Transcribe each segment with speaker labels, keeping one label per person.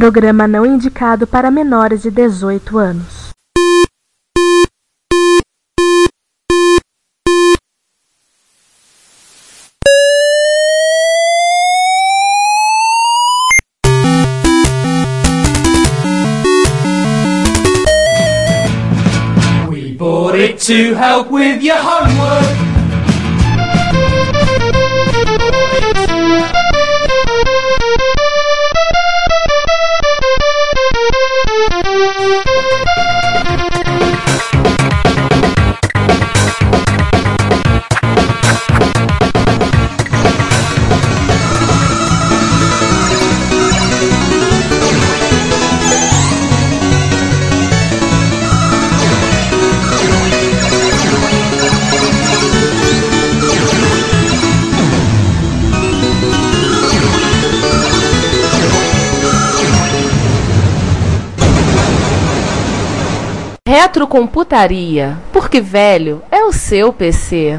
Speaker 1: Programa não indicado para menores de dezoito anos.
Speaker 2: We bought it to help with your homework.
Speaker 3: Retrocomputaria, porque velho é o seu PC.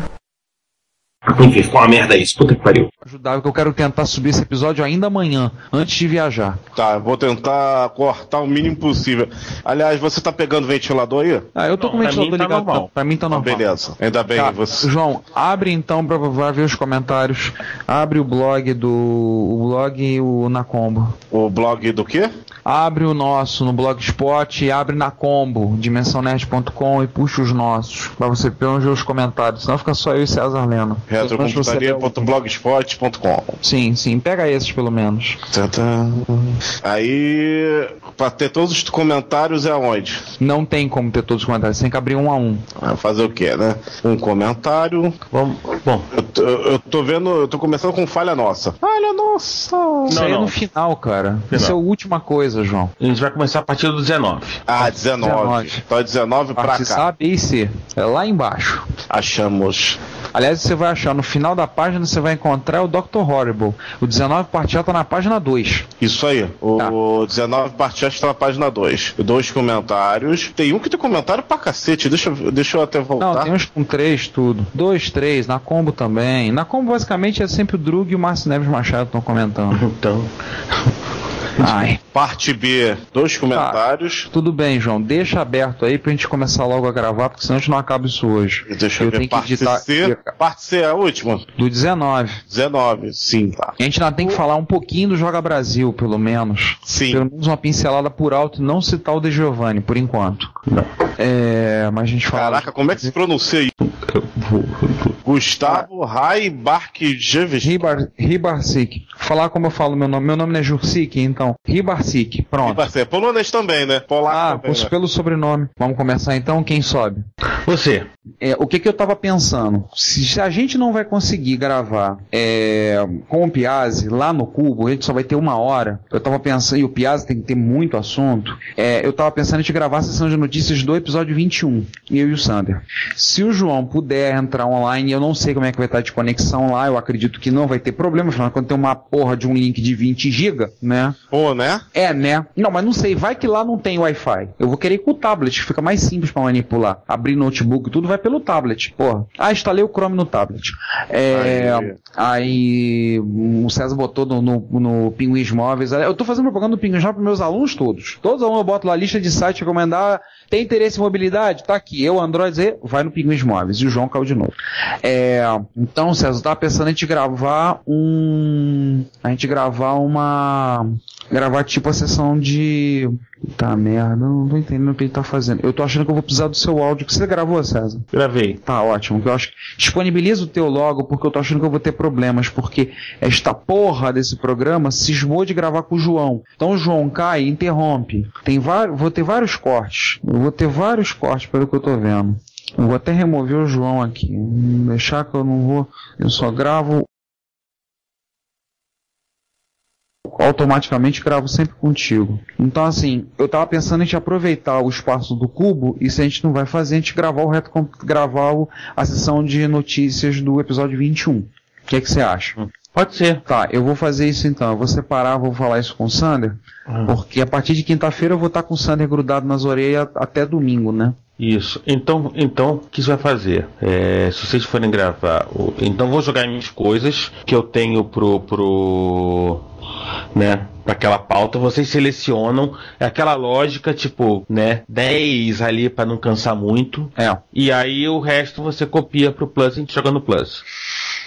Speaker 4: Enfim, ficou uma merda isso. Puta que pariu.
Speaker 5: Ajudar, porque eu quero tentar subir esse episódio ainda amanhã, antes de viajar.
Speaker 6: Tá, vou tentar cortar o mínimo possível. Aliás, você tá pegando ventilador aí?
Speaker 5: Ah, eu tô
Speaker 4: Não,
Speaker 5: com o
Speaker 4: pra
Speaker 5: ventilador
Speaker 4: mim tá
Speaker 5: ligado.
Speaker 4: normal.
Speaker 5: Tá, pra mim tá normal.
Speaker 6: Beleza. Ainda bem,
Speaker 5: Tá,
Speaker 6: você.
Speaker 5: João, abre então pra, pra ver os comentários. Abre o blog do. O blog e o na combo.
Speaker 6: O blog do quê?
Speaker 5: Abre o nosso no Blogspot e abre na combo, dimensãonerd.com e puxa os nossos. Pra você ver onde os comentários. Senão fica só eu e César Leno.
Speaker 6: Retrocomputaria.blogspot.com
Speaker 5: Sim, sim, pega esses pelo menos.
Speaker 6: Tantã. Aí, pra ter todos os comentários é onde?
Speaker 5: Não tem como ter todos os comentários, tem que abrir um a um.
Speaker 6: Ah, Fazer o quê, né? Um comentário.
Speaker 4: Vamos. Bom,
Speaker 6: Eu, tô- eu tô vendo, eu tô começando com falha nossa. Falha nossa!
Speaker 5: Isso
Speaker 4: Não,
Speaker 5: aí é
Speaker 4: não.
Speaker 5: no final, cara. Isso é a última coisa, João.
Speaker 4: a gente vai começar a partir do 19.
Speaker 6: Ah, 19.
Speaker 5: 19.
Speaker 6: Então é 19 pra
Speaker 5: Parte
Speaker 6: cá.
Speaker 5: A, B e C. É lá embaixo.
Speaker 6: Achamos.
Speaker 5: Aliás, você vai achar no final da página, você vai encontrar o Dr. Horrible. O 19 parte A tá na página 2.
Speaker 6: Isso aí.
Speaker 5: Tá.
Speaker 6: O 19 partiu está na página 2. Dois comentários. Tem um que tem comentário pra cacete. Deixa, eu- deixa eu até
Speaker 5: Não,
Speaker 6: voltar.
Speaker 5: tem uns com 3, tudo. 2, 3, na combo também. Na combo, basicamente, é sempre o Drug e o Márcio Neves Machado estão comentando.
Speaker 4: Então.
Speaker 5: Ai.
Speaker 6: Parte B,
Speaker 5: Tá.
Speaker 6: dois comentários.
Speaker 5: Tudo bem, João. Deixa aberto aí pra gente começar logo a gravar, porque senão a gente não acaba isso hoje.
Speaker 6: Deixa eu, ver.
Speaker 5: tenho que
Speaker 6: Parte
Speaker 5: editar
Speaker 6: C. Parte C é a última.
Speaker 5: do 19.
Speaker 6: 19. Sim, tá.
Speaker 5: A gente ainda tem que falar um pouquinho do Joga Brasil, pelo menos.
Speaker 6: Sim.
Speaker 5: Pelo menos uma pincelada por alto, e não citar o De Giovanni, por enquanto. É, mas a gente fala.
Speaker 6: Caraca, como é que se pronuncia aí?
Speaker 5: Tá.
Speaker 6: Gustavo Raibark Jeves.
Speaker 5: Ribar, Ribarsik. Falar como eu falo meu nome. Meu nome não é Jursik, então. Ribarsik. Pronto.
Speaker 6: É polonês também, né?
Speaker 5: Ah,
Speaker 6: Polaco também,
Speaker 5: pos-
Speaker 6: né?
Speaker 5: pelo sobrenome. Vamos começar então. Quem sobe?
Speaker 4: Você.
Speaker 5: É, o que, que eu tava pensando? Se a gente não vai conseguir gravar é, com o Piazzi lá no Cubo, a gente só vai ter uma hora. Eu tava pensando, e o Piazzi tem que ter muito assunto. é, eu tava pensando em te gravar a sessão de notícias do episódio 21, eu e o Sander. Se o João puder entrar online, eu não sei como é que vai estar de conexão lá, eu acredito que não vai ter problema, afinal, quando tem uma porra de um link de 20 GB, né?
Speaker 6: Pô, né?
Speaker 5: É, né? Não, mas não sei, vai que lá não tem Wi-Fi. Eu vou querer ir com o tablet, que fica mais simples pra manipular. Abrir notebook, tudo vai pelo tablet, porra. Ah, instalei o Chrome no tablet. É,
Speaker 6: Aí.
Speaker 5: aí hum, o César botou no, no, no Pinguins Móveis. Eu tô fazendo propaganda do Pinguins Móveis pros meus alunos todos. Todos os alunos eu boto lá a lista de sites recomendar. Tem interesse em mobilidade? Tá aqui. Eu, Android Z, vai no Pinguins Móveis. E o João caiu de novo. É, então, César, eu tava pensando em te gravar um. A gente gravar uma gravar tipo a sessão de. Tá merda, não tô entendendo o que ele tá fazendo. Eu tô achando que eu vou precisar do seu áudio que você gravou, César.
Speaker 4: Gravei.
Speaker 5: Tá ótimo, que eu acho que disponibiliza o teu logo porque eu tô achando que eu vou ter problemas, porque esta porra desse programa cismou de gravar com o João. Então o João cai e interrompe. Tem vários, vou ter vários cortes. Eu vou ter vários cortes pelo que eu tô vendo. Eu vou até remover o João aqui, Hum, deixar que eu não vou, eu só gravo automaticamente gravo sempre contigo. Então, assim, eu tava pensando em te aproveitar o espaço do cubo e se a gente não vai fazer, a gente gravar o reto, gravar o- a sessão de notícias do episódio 21. O que é que você acha?
Speaker 4: Pode ser.
Speaker 5: Tá, eu vou fazer isso então. Eu vou separar, vou falar isso com o Sander, porque a partir de quinta-feira eu vou estar com o Sander grudado nas orelhas até domingo, né?
Speaker 4: Isso. Então, então, o que você vai fazer? É, se vocês forem gravar, o- então vou jogar minhas coisas que eu tenho pro pro né? Para aquela pauta, vocês selecionam é aquela lógica, tipo, né? 10 ali para não cansar muito.
Speaker 5: É.
Speaker 4: E aí o resto você copia pro Plus e joga no Plus.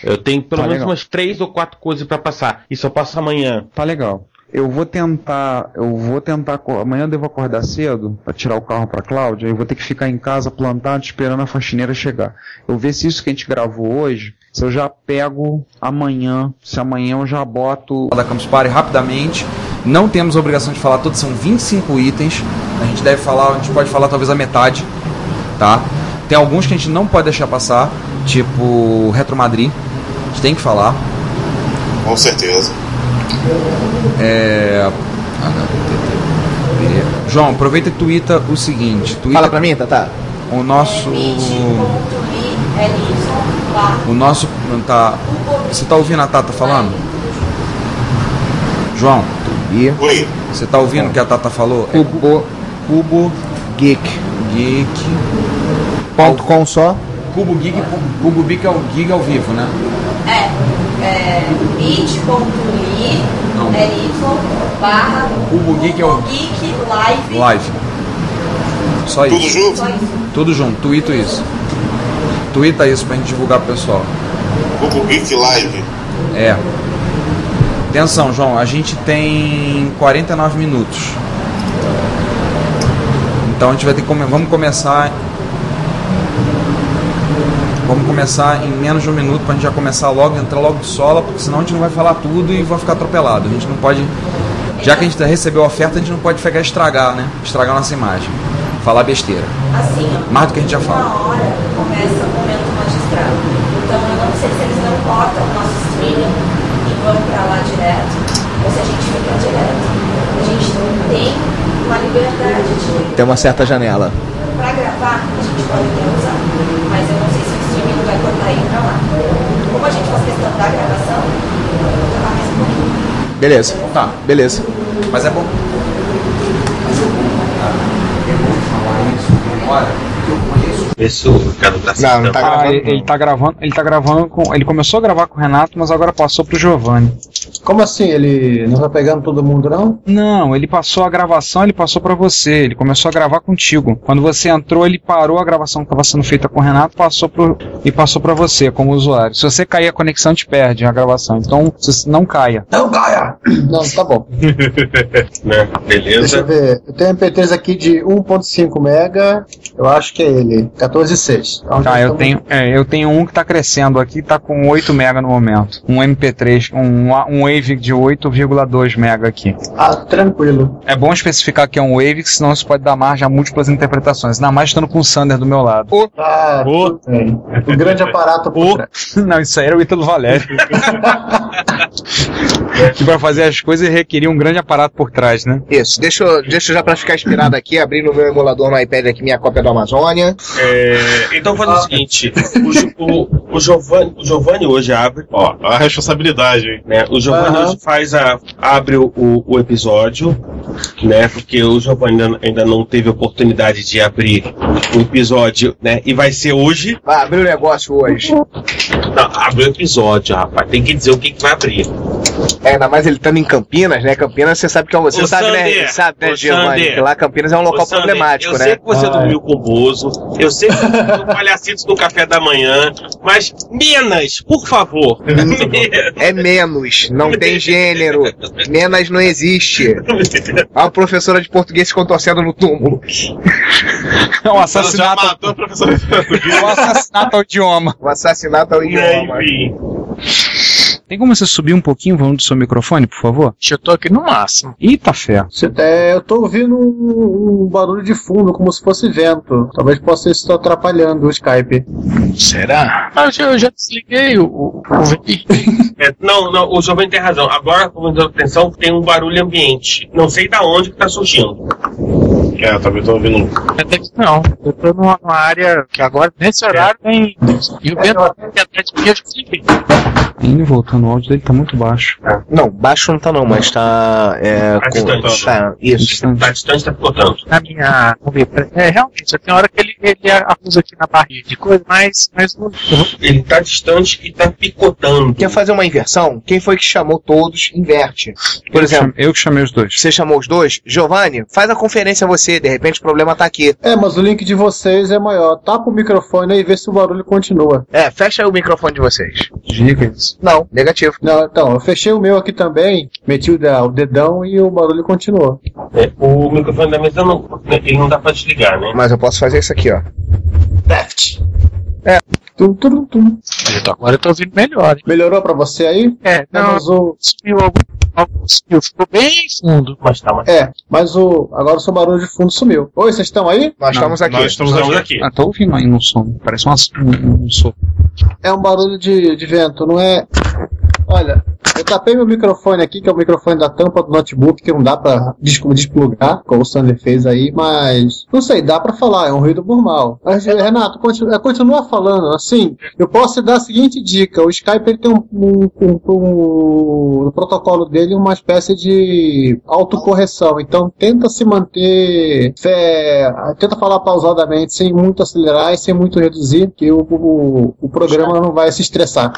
Speaker 4: Eu tenho pelo
Speaker 5: Tá
Speaker 4: menos
Speaker 5: legal.
Speaker 4: umas três ou quatro coisas para passar. E só passo amanhã.
Speaker 5: Tá legal. Eu vou tentar, eu vou tentar, co- amanhã eu devo acordar cedo pra tirar o carro pra Cláudia, eu vou ter que ficar em casa plantado esperando a faxineira chegar. Eu ver se isso que a gente gravou hoje, se eu já pego amanhã, se amanhã eu já boto
Speaker 7: da Tá, Campus Party rapidamente. Não temos a obrigação de falar todos, são 25 itens. A gente deve falar, a gente pode falar talvez a metade, tá? Tem alguns que a gente não pode deixar passar, tipo Retro Madrid. A gente tem que falar.
Speaker 6: Com certeza.
Speaker 7: HTTP. João, aproveita e twita o seguinte. Twita
Speaker 8: Fala pra mim, Tatá.
Speaker 7: o nosso
Speaker 9: Pitch.ly
Speaker 7: o nosso tá Você tá ouvindo a Tata falando? João,
Speaker 8: E
Speaker 6: Oi.
Speaker 7: você tá ouvindo o que a Tata falou? É
Speaker 8: cubo, cubo
Speaker 7: geek
Speaker 8: ponto com só.
Speaker 7: Cubo Gig, Cubo Bic é o Gig ao vivo, né?
Speaker 9: Pitch.ly
Speaker 7: Não.
Speaker 9: LY é barra
Speaker 7: Cubo Geek é o-
Speaker 9: Geek Live.
Speaker 7: Live. Só isso.
Speaker 6: junto?
Speaker 9: Só isso.
Speaker 7: Tudo junto. Tuito isso. Tuita isso pra gente divulgar pro pessoal.
Speaker 6: Google Geek Live.
Speaker 7: É. Atenção, João. A gente tem 49 minutos. Então a gente vai ter que... Come... Vamos começar... Vamos começar em menos de um minuto pra gente já começar logo, entrar logo de sola, porque senão a gente não vai falar tudo e vai ficar atropelado. A gente não pode... Já que a gente tá, recebeu a oferta, a gente não pode pegar e estragar, né? Estragar nossa imagem. Falar besteira.
Speaker 9: Assim, ó.
Speaker 7: Mais do que a gente já fala.
Speaker 9: Uma hora começa o momento magistrado. Então eu não sei se eles não cortam o nosso streaming e vão pra lá direto, ou se a gente fica direto. A gente tem uma liberdade de,
Speaker 8: Tem uma certa janela.
Speaker 9: pra gravar, a gente pode até usar. Mas eu não sei se o streaming vai cortar ir pra lá. Como a gente faz questão da gravação, eu vou gravar mais um pouquinho.
Speaker 8: Beleza. Tá. Beleza.
Speaker 7: Mas é bom.
Speaker 4: Esse o cara tá
Speaker 6: Não, não tá
Speaker 5: Ah,
Speaker 6: gravando.
Speaker 5: ele, ele tá gravando, ele tá gravando com. Ele começou a gravar com o Renato, mas agora passou pro Giovanni.
Speaker 10: Como assim? Ele não tá pegando todo mundo, não?
Speaker 5: Não, ele passou a gravação, ele passou pra você. Ele começou a gravar contigo. Quando você entrou, ele parou a gravação que tava sendo feita com o Renato, passou pro e passou para você como usuário. Se você cair a conexão, te perde a gravação. Então, se você não caia.
Speaker 10: Não, Gaia! Não, tá bom.
Speaker 4: né?
Speaker 10: Deixa eu
Speaker 4: Beleza.
Speaker 10: ver. Eu tenho um MP3 aqui de 1.5 mega. Eu acho que é ele. 14.6.
Speaker 11: Então,
Speaker 10: Onde
Speaker 5: Tá, eu
Speaker 10: estamos?
Speaker 5: tenho, é, eu tenho um que tá crescendo aqui, tá com 8 mega no momento. Um MP3, um, wa- um Wave de 8,2 mega aqui.
Speaker 10: Ah, tranquilo.
Speaker 5: É bom especificar que é um wave, que senão isso pode dar margem a múltiplas interpretações. Ainda mais estando com o Sander do meu lado.
Speaker 10: Ah,
Speaker 6: Ô.
Speaker 10: tudo bem. O grande aparato por
Speaker 5: Ô.
Speaker 10: trás.
Speaker 5: Não, isso aí era o Ítalo Valério. que pra fazer as coisas requeria um grande aparato por trás, né?
Speaker 8: Isso. Deixa eu, deixa eu já pra ficar inspirado aqui, abrir no meu emulador no iPad aqui minha cópia da Amazônia.
Speaker 4: É, então faz o seguinte: o, Gio- o, o Giovanni, o Giovanni hoje abre. Ó,
Speaker 6: Ó, a responsabilidade, hein?
Speaker 4: né? O Giovanni
Speaker 10: Aham.
Speaker 4: hoje faz a. abre o, o episódio, né? Porque o Giovanni ainda, ainda não teve oportunidade de abrir o episódio, né? E vai ser hoje.
Speaker 8: Vai abrir o negócio hoje.
Speaker 4: Não, abre o episódio, rapaz. Tem que dizer o que, que vai abrir.
Speaker 8: É, ainda mais ele estando em Campinas, né? Campinas, você sabe que é um. Você
Speaker 4: Ô,
Speaker 8: sabe, né?
Speaker 4: Sander,
Speaker 8: Sabe,
Speaker 4: ô,
Speaker 8: né, Giovanni?
Speaker 4: Sander.
Speaker 8: Que lá Campinas é um local
Speaker 4: Ô, Sander,
Speaker 8: problemático,
Speaker 4: eu
Speaker 8: né?
Speaker 4: sei que você
Speaker 10: Ah,
Speaker 4: dormiu com o Bozo, eu sei que você dormiu palhacitos no café da manhã, mas menos, por favor.
Speaker 8: É menos, não tem gênero. Menos não existe. A professora de português se contorcendo no túmulo.
Speaker 5: É um
Speaker 6: Ela já
Speaker 5: assassinato,
Speaker 6: matou a professora.
Speaker 5: é um assassinato ao idioma.
Speaker 8: O assassinato ao idioma.
Speaker 4: Enfim.
Speaker 5: Tem como você subir um pouquinho o volume do seu microfone, por favor?
Speaker 12: Eu tô aqui no máximo.
Speaker 5: Eita fé.
Speaker 10: Você- é, eu tô ouvindo um, um barulho de fundo, como se fosse vento. Talvez possa estar atrapalhando o Skype.
Speaker 12: Será? Ah, eu já- eu já desliguei o, o, o
Speaker 4: É, não, não, o Giovanni tem razão. Agora, vamos dar atenção, tem um barulho ambiente. Não sei da onde que tá surgindo.
Speaker 6: É, eu também tô ouvindo.
Speaker 12: Até que não. Eu tô numa, numa área que agora, nesse horário, tem. E o vento aqui atrás de mim, eu já desliguei.
Speaker 5: Ih, voltando, o áudio dele tá muito baixo.
Speaker 8: Não, baixo não tá não, mas tá. É,
Speaker 4: Tá
Speaker 8: com,
Speaker 4: distante.
Speaker 8: tá, isso.
Speaker 5: Distante.
Speaker 4: Tá distante, tá cortando.
Speaker 12: Na minha. vamos ver, É, realmente, só tem hora que ele,
Speaker 9: ele acusa aqui na barriga de coisa, mas, mas não.
Speaker 4: Ele tá distante e tá picotando.
Speaker 7: Quer fazer uma inversão? Quem foi que chamou todos? Inverte. Por exemplo,
Speaker 5: Eu que chamei os dois.
Speaker 7: você chamou os dois? Giovanni, faz a conferência você, de repente o problema tá aqui.
Speaker 11: É, mas o link de vocês é maior. Tapa o microfone aí e vê se o barulho continua.
Speaker 7: É, fecha aí o microfone de vocês.
Speaker 5: Diga isso.
Speaker 7: Não, negativo.
Speaker 11: Não, então, eu fechei o meu aqui também, meti o da- o dedão e o barulho continuou.
Speaker 4: É, o microfone da mesa não, né, ele não dá pra desligar, né?
Speaker 7: Mas eu posso fazer isso aqui, ó.
Speaker 4: Theft.
Speaker 11: Tum, tum, tum.
Speaker 9: Então, Agora eu tô ouvindo melhor. hein?
Speaker 11: Melhorou pra você aí?
Speaker 9: É,
Speaker 11: É,
Speaker 9: não,
Speaker 11: mas o,
Speaker 9: sumiu algum, algum sumiu, ficou bem fundo.
Speaker 4: Mas tá, mas
Speaker 11: é, mas o. Agora o seu barulho de fundo sumiu. Oi, vocês estão aí?
Speaker 7: Nós estamos aqui.
Speaker 6: Nós estamos
Speaker 4: estamos
Speaker 6: aqui.
Speaker 4: aqui.
Speaker 5: Ah, tô ouvindo ainda um som. Parece uma, um, um sopro.
Speaker 11: É um barulho de, de vento, não é. Olha, eu tapei meu microfone aqui, que é o microfone da tampa do notebook, que não dá pra des- desplugar, como o Sander fez aí, mas. Não sei, dá pra falar, é um ruído normal. Mas, Renato, continua, continua falando, assim. Eu posso te dar a seguinte dica: o Skype ele tem um, um- um- um- no protocolo dele uma espécie de autocorreção, então tenta se manter. fé- tenta falar pausadamente, sem muito acelerar e sem muito reduzir, que o, o, o programa não vai se estressar.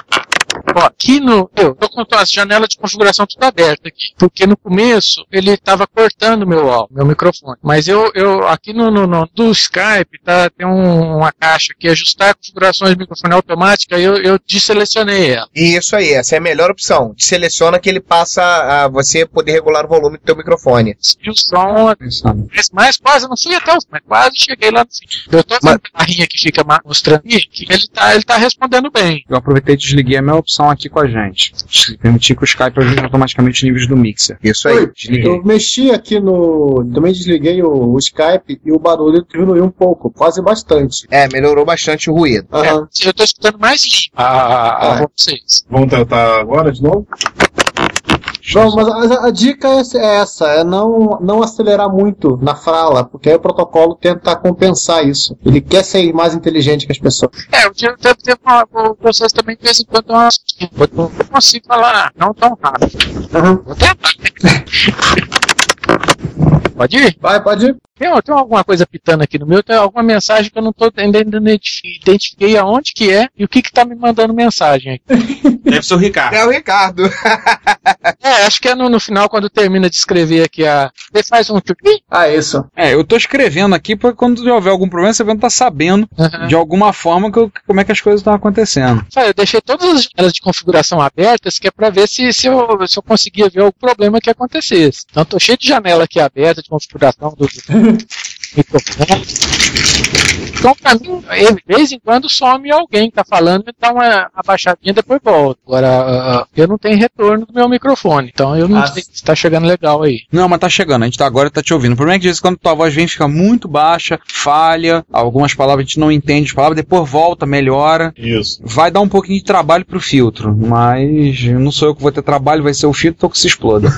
Speaker 9: Ó, aqui no. Eu tô com as janelas de configuração tudo aberta aqui. Porque no começo ele tava cortando meu áudio, meu microfone. Mas eu, eu aqui no, no, no- do Skype tá, tem um- uma caixa aqui, ajustar configurações de microfone automática, eu, eu deselecionei ela.
Speaker 7: E isso aí, essa é a melhor opção. Te seleciona que ele passa a você poder regular o volume do teu microfone.
Speaker 9: E o som
Speaker 5: Pensando.
Speaker 9: Mas, mas quase, não fui até o mas quase cheguei lá no fim. Eu tô vendo a barrinha que fica ma- mostrando aqui, que ele tá, ele tá respondendo bem.
Speaker 5: Eu aproveitei e desliguei a minha opção aqui com a gente. Permitir que o Skype ajude automaticamente os níveis do mixer.
Speaker 7: Isso aí.
Speaker 5: Desliguei.
Speaker 11: Eu mexi aqui no. Também desliguei o, o Skype e o barulho diminuiu um pouco, quase bastante.
Speaker 7: É, melhorou bastante o ruído.
Speaker 11: Aham.
Speaker 9: É, Eu tô escutando mais limpo
Speaker 6: Ah,
Speaker 9: pra vocês.
Speaker 6: vamos tentar agora de novo?
Speaker 11: Bom, mas a, a dica é se- é essa, é não, não acelerar muito na fala, porque aí o protocolo tenta compensar Ah, isso. Ele quer ser mais inteligente que as pessoas.
Speaker 9: É, o dia deve ter uma, o processo também de vez em quando dá uma assustinha. Eu não consigo falar não tão rápido. Vou tentar. Pode ir?
Speaker 11: Vai, pode ir.
Speaker 9: Tem, tem alguma coisa pitando aqui no meu, tem alguma mensagem que eu não tô entendendo, identifiquei aonde que é e o que que tá me mandando mensagem aqui.
Speaker 4: Deve ser o Ricardo.
Speaker 7: É o Ricardo.
Speaker 9: É, acho que é no, no final, quando termina de escrever aqui a. Você faz um tchupi?
Speaker 11: Ah, isso.
Speaker 5: É, eu tô escrevendo aqui porque quando houver algum problema, você vai estar sabendo de alguma forma que eu- como é que as coisas estão acontecendo.
Speaker 9: Eu deixei todas as janelas de configuração abertas, que é pra ver se, se, eu, se eu conseguia ver algum problema que acontecesse. Então, tô cheio de janela aqui aberta, de configuração do do microfone. Então, pra mim, eu, de vez em quando some alguém que tá falando, me dá uma abaixadinha depois volta. Agora, ah, eu não tenho retorno do meu microfone, então eu não
Speaker 2: Ah,
Speaker 9: sei se tá chegando legal aí.
Speaker 5: Não, mas tá chegando, a gente tá agora tá te ouvindo. O problema é que de vez em quando tua voz vem, fica muito baixa, falha, algumas palavras a gente não entende as palavras, depois volta, melhora.
Speaker 6: Isso.
Speaker 5: Vai dar um pouquinho de trabalho pro filtro, mas não sou eu que vou ter trabalho, vai ser o filtro tô que se exploda.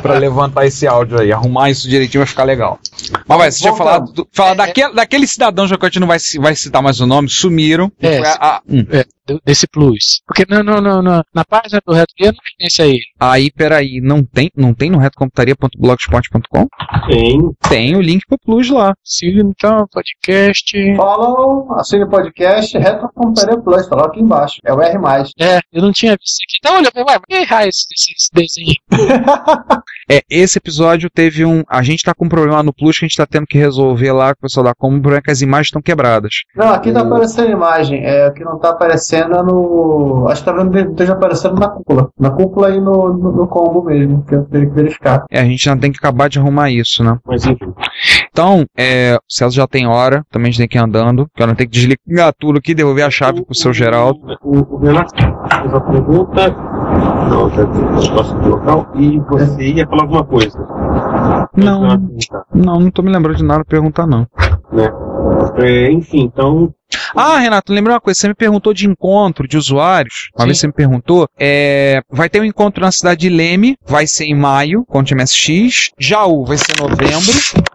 Speaker 5: pra levantar esse áudio aí, arrumar isso direitinho vai ficar legal. Mas vai, você tinha
Speaker 11: Voltando.
Speaker 5: falado, do- falar
Speaker 9: É,
Speaker 5: daquele, daquele cidadão já que a gente não vai, ci- vai citar mais o nome, sumiram.
Speaker 9: É,
Speaker 5: Foi a- a- hum.
Speaker 9: do- desse plus. Porque não, não, não, não, na página do Reto Guia não pertence a ele.
Speaker 5: Aí, peraí, não tem, não tem no retocomputaria.blogspot.com?
Speaker 4: Tem.
Speaker 5: Tem o link pro Plus lá.
Speaker 9: Siga então o podcast.
Speaker 11: Follow, assine o podcast, Retrocomputaria Plus, tá lá aqui embaixo. É o R.
Speaker 9: É, eu não tinha visto isso aqui. Então, olha, ué, mas que raio esse, esse, esse desenho?
Speaker 5: É, esse episódio teve um. A gente tá com um problema no Plus que a gente tá tendo que resolver lá com o pessoal da Combo, o problema é que as imagens estão quebradas.
Speaker 11: Não, aqui tá aparecendo a imagem. É, o que não tá aparecendo é no. Acho que tá vendo que esteja aparecendo na cúpula. Na cúpula e no, no, no combo mesmo, que eu teria que verificar.
Speaker 5: É, a gente ainda tem que acabar de arrumar isso, né?
Speaker 4: Mas enfim.
Speaker 5: Então, é, o Celso já tem hora, também a gente tem que ir andando, que eu não tenho que desligar tudo aqui, devolver a chave pro seu Geraldo.
Speaker 4: O, o Renato fez a pergunta. Não, já tem as costas do local. E você ia falar alguma coisa.
Speaker 5: Não,
Speaker 4: Tá,
Speaker 5: não, não tô me lembrando de nada pra perguntar, não.
Speaker 4: né? É, enfim, então.
Speaker 5: Ah, Renato, lembrei uma coisa. Você me perguntou de encontro de usuários. Uma
Speaker 9: Sim.
Speaker 5: vez você me perguntou. É, vai ter um encontro na cidade de Leme. Vai ser em maio, com o time SX. Jaú vai ser em novembro.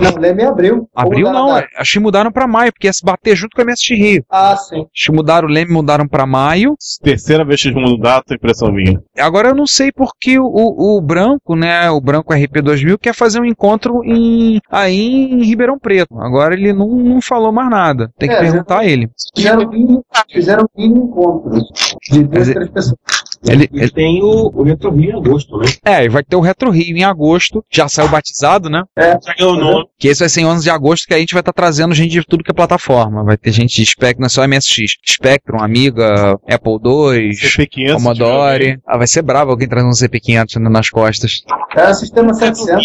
Speaker 9: Não, Leme abriu.
Speaker 5: Abril
Speaker 9: Ou
Speaker 5: não, é,
Speaker 9: mudaram a data?
Speaker 5: acho que mudaram pra maio, porque ia se bater junto com a MSX Rio.
Speaker 9: Ah, sim.
Speaker 5: Acho que mudaram o Leme, mudaram pra maio.
Speaker 6: Terceira vez que eles mudam data, impressão minha.
Speaker 5: Agora eu não sei porque o, o, o Branco, né, o Branco RP2000 quer fazer um encontro em, aí em Ribeirão Preto. Agora ele não, não falou mais nada. Tem que
Speaker 9: É,
Speaker 5: perguntar a ele.
Speaker 9: Fizeram um mini, fizeram um mini encontros de duas, três pessoas.
Speaker 5: Ele,
Speaker 13: tem o, o Retro Rio em agosto, né?
Speaker 5: É, e vai ter o Retro Rio em agosto. Já saiu batizado, né?
Speaker 9: É.
Speaker 13: Tá o nome.
Speaker 5: Que esse vai ser em 11 de agosto, que a gente vai estar trazendo gente de tudo que é plataforma. Vai ter gente de Spectrum, não é só MSX. Spectrum, Amiga, Apple II, Commodore. Ah, vai ser bravo alguém trazendo um CP500 nas costas.
Speaker 9: Cara, É sistema
Speaker 5: Tá
Speaker 9: 700.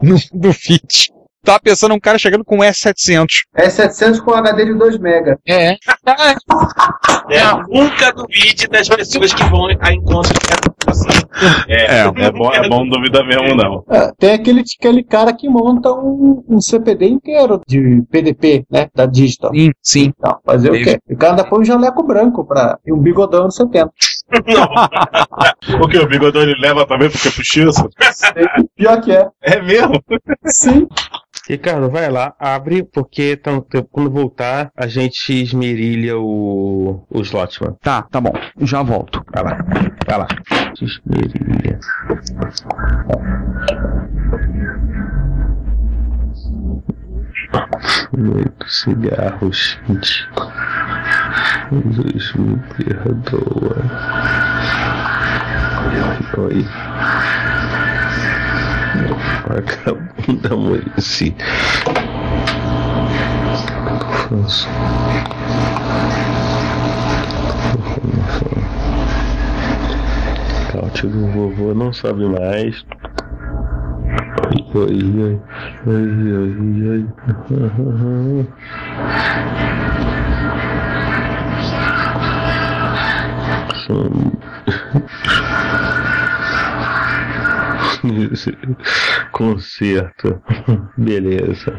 Speaker 5: No, do Fit. Tá pensando um cara chegando com um S700.
Speaker 9: É 700 com HD de 2 mega.
Speaker 14: É.
Speaker 13: né? Nunca duvide das pessoas que vão a encontro
Speaker 6: É, é, bom, é bom não duvidar mesmo, não.
Speaker 9: É, tem aquele, aquele cara que monta um, um CPD inteiro de PDP, né? Da Digital.
Speaker 5: Sim, sim.
Speaker 9: Então, fazer o quê? O cara ainda põe um jaleco branco pra, e um bigodão de 70.
Speaker 6: O que? O bigodão ele leva também porque é puxiça?
Speaker 9: Pior que é.
Speaker 6: É mesmo?
Speaker 9: Sim.
Speaker 15: Ricardo, vai lá, abre, porque tam- tam- quando voltar a gente esmerilha o, o Slotman.
Speaker 5: Tá, tá bom, já volto.
Speaker 15: Vai lá, vai lá. Esmerilha.
Speaker 4: Oito cigarros, gente. Jesus me perdoa. Oi. Vagabunda moreci. Afonso. Cálcio do vovô não sobe mais. é, Oi, oi, oi, oi, oi. é. Concerto, beleza.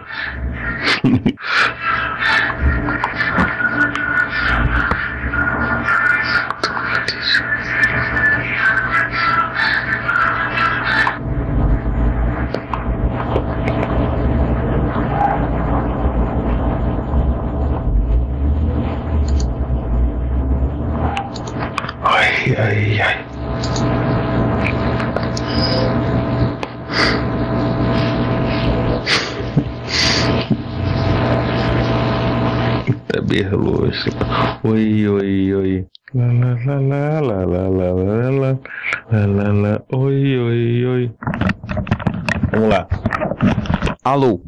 Speaker 4: Ai, ai, ai. Eita, berluxo. É Oi, oi, oi. Lá, lá, lá, lá, lá, lá, lá, lá, lá, lá, lá, lá. Oi, oi, oi. Vamos lá.
Speaker 5: Alô.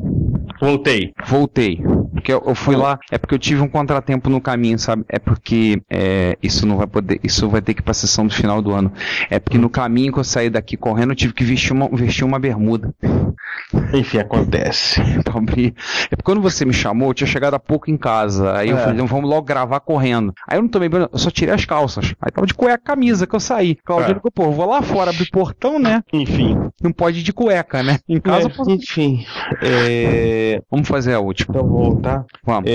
Speaker 15: Voltei.
Speaker 5: Voltei. Porque eu, eu fui lá, é porque eu tive um contratempo no caminho, sabe? É porque é, isso não vai poder, isso vai ter que ir pra sessão do final do ano. É porque no caminho que eu saí daqui correndo, eu tive que vestir uma, vestir uma bermuda.
Speaker 15: Enfim, acontece.
Speaker 5: Então, Bri, é porque quando você me chamou, eu tinha chegado há pouco em casa. Aí eu
Speaker 15: É.
Speaker 5: falei, "Não, vamos logo gravar correndo. Aí eu não tomei banho, eu só tirei as calças. Aí tava de cueca camisa que eu saí. Claudio
Speaker 15: É.
Speaker 5: ligou, pô, eu vou lá fora abrir o portão, né?
Speaker 15: Enfim.
Speaker 5: Não pode ir de cueca, né? Em casa, eu posso...
Speaker 15: enfim.
Speaker 4: É,
Speaker 5: Vamos fazer a última.
Speaker 15: Então vou voltar.
Speaker 5: Vamos.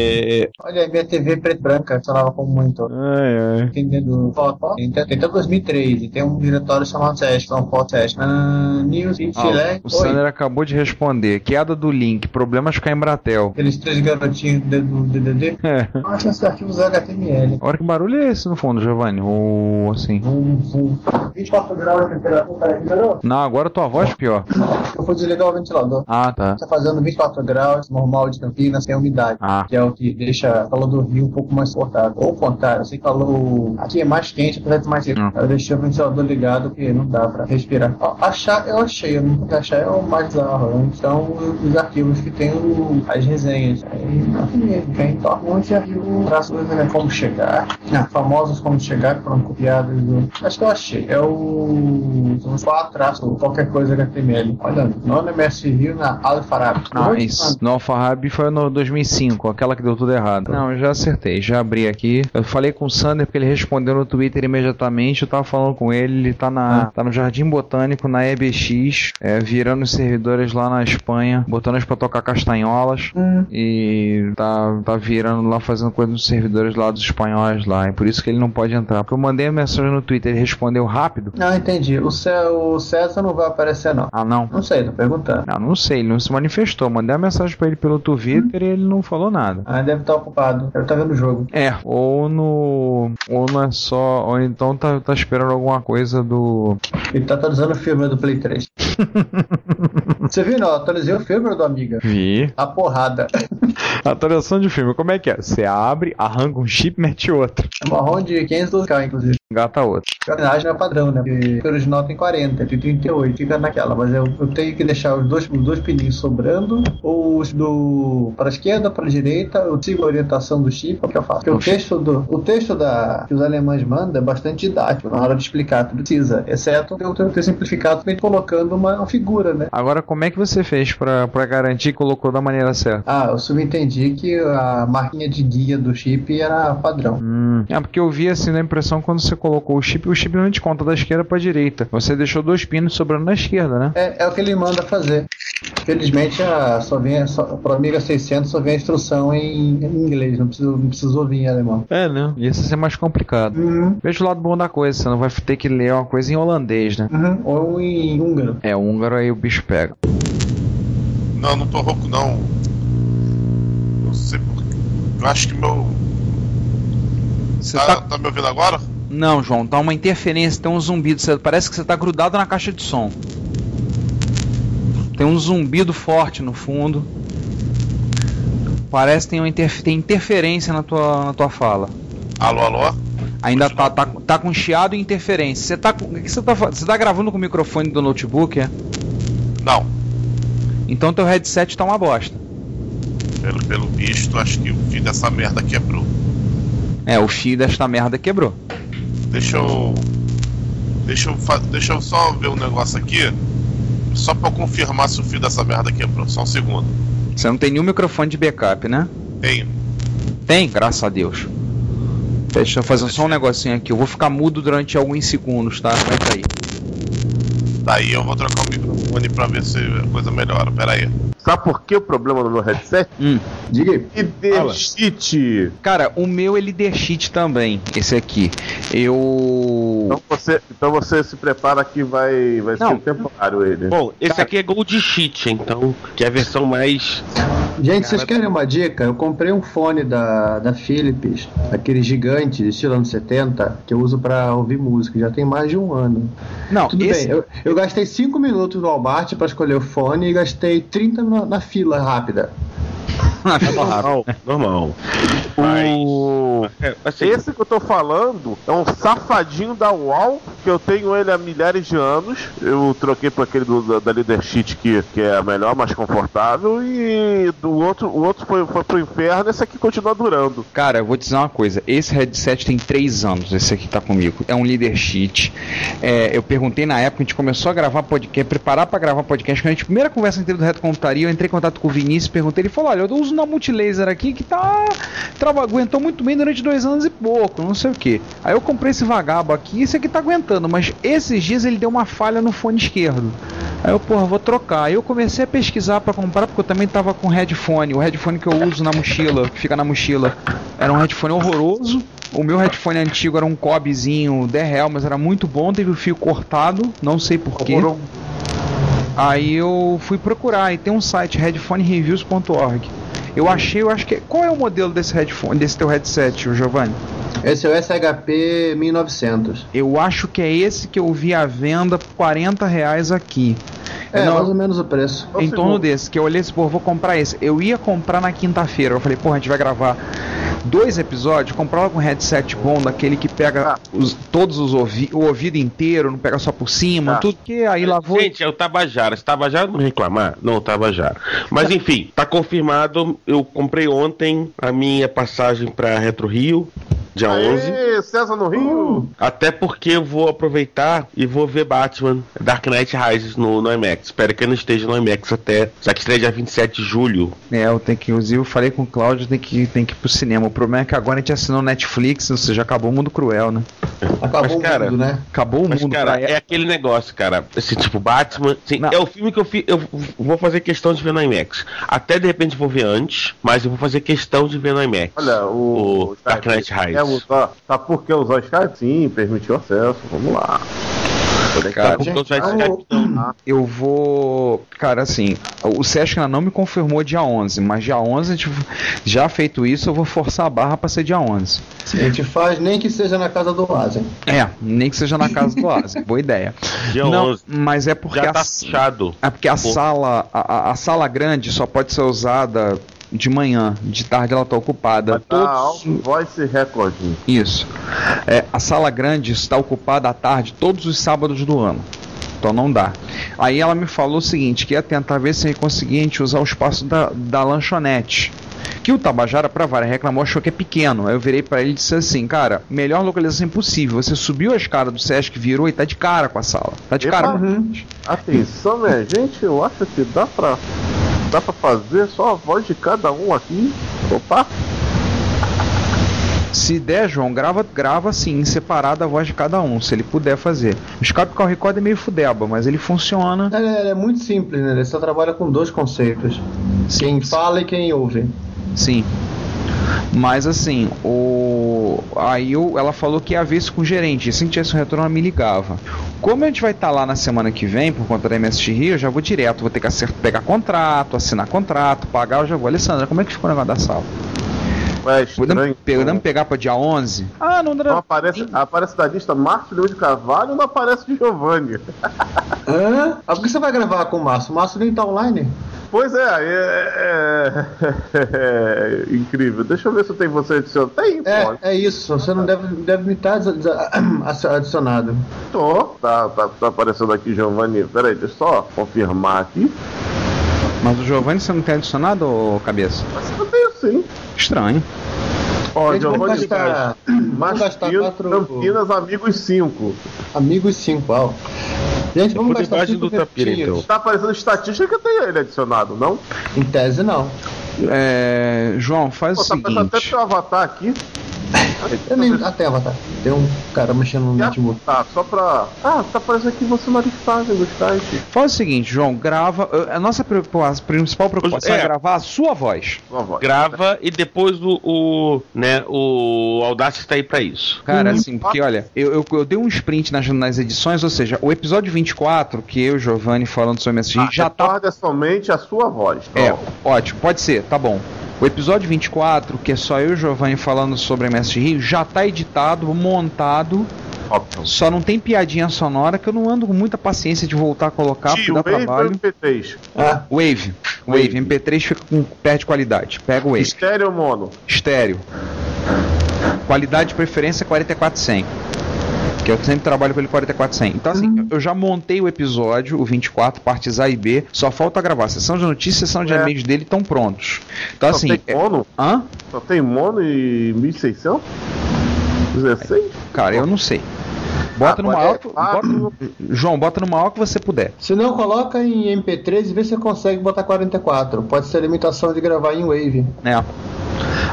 Speaker 9: Olha aí, minha TV preta e branca funcionava como monitor.
Speaker 4: É,
Speaker 15: Ai,
Speaker 9: Tem dentro foto, tem até tem até 2003 e tem um diretório chamado Test, não Foto Test. Ah, News e
Speaker 5: Ah,
Speaker 9: Filé.
Speaker 5: o
Speaker 9: Oi.
Speaker 5: Sander acabou de responder. Queda do link, problemas com a Embratel.
Speaker 9: Aqueles três garotinhos dentro do DDD.
Speaker 5: É.
Speaker 9: Acha esses arquivos HTML.
Speaker 5: Olha que barulho é esse no fundo, Giovanni? Ou assim.
Speaker 9: 24 graus de temperatura, peraí, melhorou?
Speaker 5: Não, agora tua voz é pior.
Speaker 9: Eu vou desligar o ventilador.
Speaker 5: Ah, tá.
Speaker 9: Tá fazendo 24 graus, normal de Campinas, sem umidade.
Speaker 5: Ah.
Speaker 9: Que é o que deixa a calor do rio um pouco mais suportável. Ou o contrário, eu sei que calor aqui é mais quente, apesar de mais seco.
Speaker 5: Hum.
Speaker 9: Eu deixei o ventilador ligado porque não dá pra respirar. Ó, achar eu achei, eu não porque achar é o mais bizarro. né? Então os arquivos que tem o- as resenhas. Aí tem um monte de arquivo traço né, como chegar. Ah, famosos como chegar que foram copiados do. Acho que eu achei. É o. São quatro traços, qualquer coisa HTML. Olha, é nono MS Rio na Alfarab.
Speaker 5: Ah, isso. No Alfarrab foi no 2005, aquela que deu tudo errado. Não, eu já acertei, já abri aqui. Eu falei com o Sander porque ele respondeu no Twitter imediatamente. Eu tava falando com ele, ele tá, na, tá no Jardim Botânico, na EBX, é, virando os servidores lá na Espanha, botando eles pra tocar castanholas. E e tá, tá virando lá, fazendo coisa nos servidores lá dos espanhóis lá. E por isso que ele não pode entrar. Porque eu mandei a mensagem no Twitter, ele respondeu rápido.
Speaker 9: Não, entendi. O, Cé- o César não vai aparecer, não.
Speaker 5: Ah, não.
Speaker 9: Não sei, tô perguntando.
Speaker 5: Não, não sei, ele não se manifestou. Mandei a mensagem pra ele pelo Twitter e ele não falou nada.
Speaker 9: Ah, deve estar ocupado. Deve estar vendo o jogo.
Speaker 5: É, ou no. Ou não é só. Ou então tá, tá esperando alguma coisa do.
Speaker 9: Ele tá atualizando o filme do Play 3. Você viu, não? Eu Atualizei o filme do Amiga.
Speaker 5: Vi.
Speaker 9: A porrada.
Speaker 5: Atualização de filme, como é que é? Você abre, arranca um chip, mete outro.
Speaker 9: É marrom de 500k, inclusive.
Speaker 5: Engata outro.
Speaker 9: Jardinagem é padrão, né? Porque o original tem 40, tem 38, fica naquela. Mas eu, eu tenho que deixar os dois, os dois pininhos sobrando, ou os do para a esquerda, para a direita. Eu sigo a orientação do chip, é o que eu faço. Porque o texto, do, o texto da, que os alemães mandam é bastante didático na hora de explicar tudo que precisa, exceto eu ter, ter simplificado também colocando uma, uma figura, né?
Speaker 5: Agora, como é que você fez pra, pra garantir que colocou da maneira certa?
Speaker 9: Ah, eu subentendi que a marquinha de guia do chip era padrão.
Speaker 5: Hum. É porque eu vi assim na impressão quando você colocou o chip, o chip não te conta da esquerda pra direita. Você deixou dois pinos sobrando na esquerda, né?
Speaker 9: É, é o que ele manda fazer. Felizmente, a, só vem, só, pro Amiga 600 só vem a instrução em, em inglês, não preciso, não preciso ouvir em alemão.
Speaker 5: É, né? Ia ser mais complicado. Veja o lado bom da coisa, você não vai ter que ler uma coisa em holandês, né?
Speaker 9: Uhum. Ou em húngaro.
Speaker 5: É, húngaro aí o bicho pega.
Speaker 7: Não, não tô rouco não. Eu sei por quê. Eu acho que meu.
Speaker 5: Você
Speaker 7: Tá,
Speaker 5: tá...
Speaker 7: tá me ouvindo agora?
Speaker 5: Não, João, tá uma interferência, tem um zumbido. Você- Parece que você tá grudado na caixa de som. Tem um zumbido forte no fundo. Parece que tem, uma interf- tem interferência na tua, na tua fala.
Speaker 7: Alô, alô?
Speaker 5: Ainda tá, tá, tá com chiado e interferência. Você tá, com- o que você, tá, fa- você tá gravando com o microfone do notebook, é?
Speaker 7: Não.
Speaker 5: Então teu headset tá uma bosta.
Speaker 7: Pelo, pelo visto, acho que o fim dessa merda quebrou.
Speaker 5: É, o fio desta merda quebrou.
Speaker 7: Deixa eu. Deixa eu, fa- deixa eu só ver um negócio aqui. Só pra eu confirmar se o fio dessa merda quebrou. Só um segundo.
Speaker 5: Você não tem nenhum microfone de backup, né?
Speaker 7: Tenho.
Speaker 5: Tem? Graças a Deus. Deixa eu fazer só um negocinho aqui. Eu vou ficar mudo durante alguns segundos, tá? Vai cair.
Speaker 7: Daí eu vou trocar o microfone pra ver se a coisa melhora. Pera aí.
Speaker 6: Sabe por que o problema do meu headset?
Speaker 5: Hum.
Speaker 6: Diga aí. Idealite.
Speaker 5: Cara, o meu ele cheat também. Esse aqui. Eu.
Speaker 6: Então você, então você se prepara que vai, vai ser temporário ele.
Speaker 4: Bom, esse aqui é Gold Cheat, então, que é a versão mais.
Speaker 9: Gente, vocês querem uma dica? Eu comprei um fone da, da Philips, aquele gigante de estilo anos 70, que eu uso pra ouvir música, já tem mais de um ano.
Speaker 5: Não,
Speaker 9: Tudo
Speaker 5: esse-
Speaker 9: bem, eu, eu gastei 5 minutos no Walmart pra escolher o fone e gastei 30 na, na fila rápida.
Speaker 5: Na
Speaker 6: fila rápida.
Speaker 4: Normal.
Speaker 6: O... Esse que eu tô falando é um safadinho da UAU, que eu tenho ele há milhares de anos. Eu troquei por aquele do- da, da Leadership que, que é a melhor, mais confortável, e do outro, o outro foi, foi pro inferno, esse aqui continua durando.
Speaker 5: Cara, eu vou te dizer uma coisa. Esse headset tem 3 anos, esse aqui tá comigo. É um leader sheet. É, eu perguntei na época, a gente começou a gravar podcast, preparar pra gravar podcast. Quando a gente, primeira conversa inteira do Reto Computaria, eu entrei em contato com o Vinícius, perguntei, ele falou, olha, eu uso uma multilaser aqui que tá... Trava, aguentou muito bem durante dois anos e pouco, não sei o que. Aí eu comprei esse vagabo aqui, esse aqui tá aguentando, mas esses dias ele deu uma falha no fone esquerdo. Aí eu, porra, vou trocar. Aí eu comecei a pesquisar pra comprar, porque eu também tava com headphone. O headphone que eu uso na mochila, que fica na mochila, era um headphone horroroso. O meu headphone antigo era um Cobzinho, 10 real, mas era muito bom. Teve o fio cortado, não sei porquê. Aí eu fui procurar e tem um site, headphonereviews.org. Eu achei, eu acho que. Qual é o modelo desse headphone, desse teu headset, ô Giovanni?
Speaker 9: Esse é o SHP 1900.
Speaker 5: Eu acho que é esse que eu vi à venda por 40 reais aqui.
Speaker 9: É,
Speaker 5: Não-
Speaker 9: mais ou menos o preço.
Speaker 4: um
Speaker 5: em torno desse, que eu olhei esse pô, vou comprar esse. Eu ia comprar na quinta-feira. Eu falei, porra, a gente vai gravar dois episódios, comprar logo um headset bom, daquele que
Speaker 4: Ah.
Speaker 5: pega os- todos os ouvi o ouvido inteiro, não pega só por cima, tudo que aí lá vou.
Speaker 4: Ah. Gente, é o Tabajara. Se Tabajara não reclamar, não, Tabajara. Mas enfim, tá confirmado. Eu comprei ontem a minha passagem pra Retro Rio. Dia 11.
Speaker 6: Aê, César no Rio!
Speaker 4: Até porque eu vou aproveitar e vou ver Batman Dark Knight Rises no, no IMAX. Espero que eu não esteja no IMAX até. Já que estreia dia 27 de julho.
Speaker 5: É, eu tenho que, inclusive, eu falei com o Cláudio, tem que, tem que ir pro cinema. O problema é que agora a gente assinou Netflix, ou seja, acabou o mundo cruel, né?
Speaker 4: Acabou cara,
Speaker 9: né?
Speaker 5: Acabou o
Speaker 4: Mas,
Speaker 5: mundo, tá?
Speaker 4: cara,
Speaker 5: pra-
Speaker 4: é aquele negócio, cara. Esse tipo, Batman. assim, é o filme que eu, fi, eu vou fazer questão de ver no IMAX. Até de repente vou ver antes, mas eu vou fazer questão de ver no IMAX.
Speaker 6: Olha, o,
Speaker 4: Dark Knight Rises.
Speaker 6: É, o- tá, tá por que usar Skype? Sim, permitiu acesso. Vamos lá.
Speaker 4: Tá
Speaker 5: Cara,
Speaker 6: Gente,
Speaker 5: eu vou. Cara, assim, o Sesc ainda não me confirmou dia 11, mas dia 11, tipo, já feito isso, eu vou forçar a barra pra ser dia 11.
Speaker 9: A gente faz nem que seja na casa do Asa.
Speaker 5: É, nem que seja na casa do Asa, boa ideia.
Speaker 4: Dia
Speaker 5: não,
Speaker 4: 11.
Speaker 5: mas é porque
Speaker 4: Já tá
Speaker 5: a,
Speaker 4: fechado.
Speaker 5: é porque a
Speaker 4: Pô.
Speaker 5: sala, a, a- a sala grande só pode ser usada de manhã, de tarde ela tá ocupada.
Speaker 6: Tá,
Speaker 5: Todos-
Speaker 6: alto voice record.
Speaker 5: Isso. É, a sala grande está ocupada à tarde todos os sábados do ano. Então não dá. Aí ela me falou o seguinte, que ia tentar ver se conseguia a gente usar o espaço da, da lanchonete. Que o Tabajara, pra vara, reclamou, achou que é pequeno. Aí eu virei pra ele e disse assim, cara, melhor localização impossível. Você subiu a escada do Sesc, virou e tá de cara com a sala. Tá de cara. com a-
Speaker 6: Atenção, minha gente, eu acho que dá pra, dá pra fazer só a voz de cada um aqui. Opa!
Speaker 5: Se der, João, grava, grava assim, separada a voz de cada um, se ele puder fazer. O Skype Call Record é meio fudeba, mas ele funciona.
Speaker 9: É, é muito simples, né? Ele só trabalha com dois conceitos. Quem fala e quem ouve.
Speaker 5: Sim. Mas assim, o... aí eu- ela falou que ia ver isso com o gerente. Assim que tivesse um retorno, ela me ligava. Como a gente vai estar lá na semana que vem, por conta da MSX Rio, eu já vou direto. Vou ter que acer- pegar contrato, assinar contrato, pagar, eu já vou. Alessandra, como é que ficou o negócio da sala?
Speaker 6: Ué,
Speaker 5: Podemos,
Speaker 6: né?
Speaker 5: podemos pegar pra dia 11?
Speaker 6: Ah, não, não aparece, aparece da lista Márcio Leão de Carvalho não aparece de Giovanni.
Speaker 9: Hã? Ah, por que você vai gravar com o Márcio? O Márcio nem tá online.
Speaker 6: Pois é, é, é, é incrível. Deixa eu ver se tem você adicionado. Tem, pode.
Speaker 9: É, é isso, você não deve, deve me tá estar adicionado.
Speaker 6: Tô, tá, tá, tá aparecendo aqui Giovanni. Peraí, deixa eu só confirmar aqui.
Speaker 5: Mas o Giovanni, você não tem adicionado, ô cabeça?
Speaker 6: Eu tenho sim.
Speaker 5: Estranho.
Speaker 6: Ó,
Speaker 9: Gente, vamos
Speaker 6: Giovanni
Speaker 9: gastar-
Speaker 6: Gás.
Speaker 9: vamos gastar
Speaker 6: Masquino,
Speaker 9: quatro-
Speaker 6: Campinas, amigos 5.
Speaker 9: Amigos 5, ó. Gente, vamos gastar cinco minutinhos.
Speaker 6: Tá aparecendo estatística que eu tenho ele adicionado, não?
Speaker 9: Em tese, não.
Speaker 5: É, João, faz
Speaker 6: Pô,
Speaker 5: o
Speaker 6: tá aparecendo até
Speaker 5: seguinte.
Speaker 6: teu avatar aqui.
Speaker 9: Eu nem. Até avatar. Tem um cara mexendo no notebook.
Speaker 6: Tá, só pra. Ah, tá aparecendo aqui você não está, do site.
Speaker 5: Faz o seguinte, João, grava. A nossa preocupa- a principal preocupação é,
Speaker 4: É.
Speaker 5: gravar a sua voz.
Speaker 4: Grava e depois o, o, né, o Audacity tá aí pra isso.
Speaker 5: Cara, assim, porque olha, eu, eu, eu dei um sprint nas, nas edições, ou seja, o episódio 24, que eu e o Giovanni falando sobre MSG, já tá.
Speaker 6: Guarda Ah, somente a sua voz.
Speaker 5: É, ótimo, pode ser, tá bom. O episódio 24, que é só eu e o Giovanni falando sobre MSG, Rio, já tá editado, montado. Só não tem piadinha sonora que eu não ando com muita paciência de voltar a colocar, porque
Speaker 6: Tio,
Speaker 5: dá
Speaker 6: Wave ou
Speaker 5: trabalho.
Speaker 6: MP3?
Speaker 5: Wave. Wave. MP3 fica com, perde qualidade. Pega o Wave.
Speaker 6: Estéreo ou mono?
Speaker 5: Estéreo. Qualidade de preferência 4400. Que eu sempre trabalho com ele 4400. Então, assim,
Speaker 6: Uhum.
Speaker 5: eu já montei o episódio, o 24, partes A e B. Só falta gravar. Sessão de notícias, sessão de e-mails dele estão prontos. Então,
Speaker 6: É. Só
Speaker 5: assim.
Speaker 6: tem
Speaker 5: é-
Speaker 6: mono?
Speaker 5: Hã?
Speaker 6: Só tem mono e 1600? 16?
Speaker 5: Cara, eu não sei.
Speaker 6: Ah,
Speaker 5: Bota no maior. que- bota- João, bota no maior que você puder.
Speaker 9: Se não, coloca em MP3 e vê se você consegue botar 44. Pode ser a limitação de gravar em Wave.
Speaker 5: É.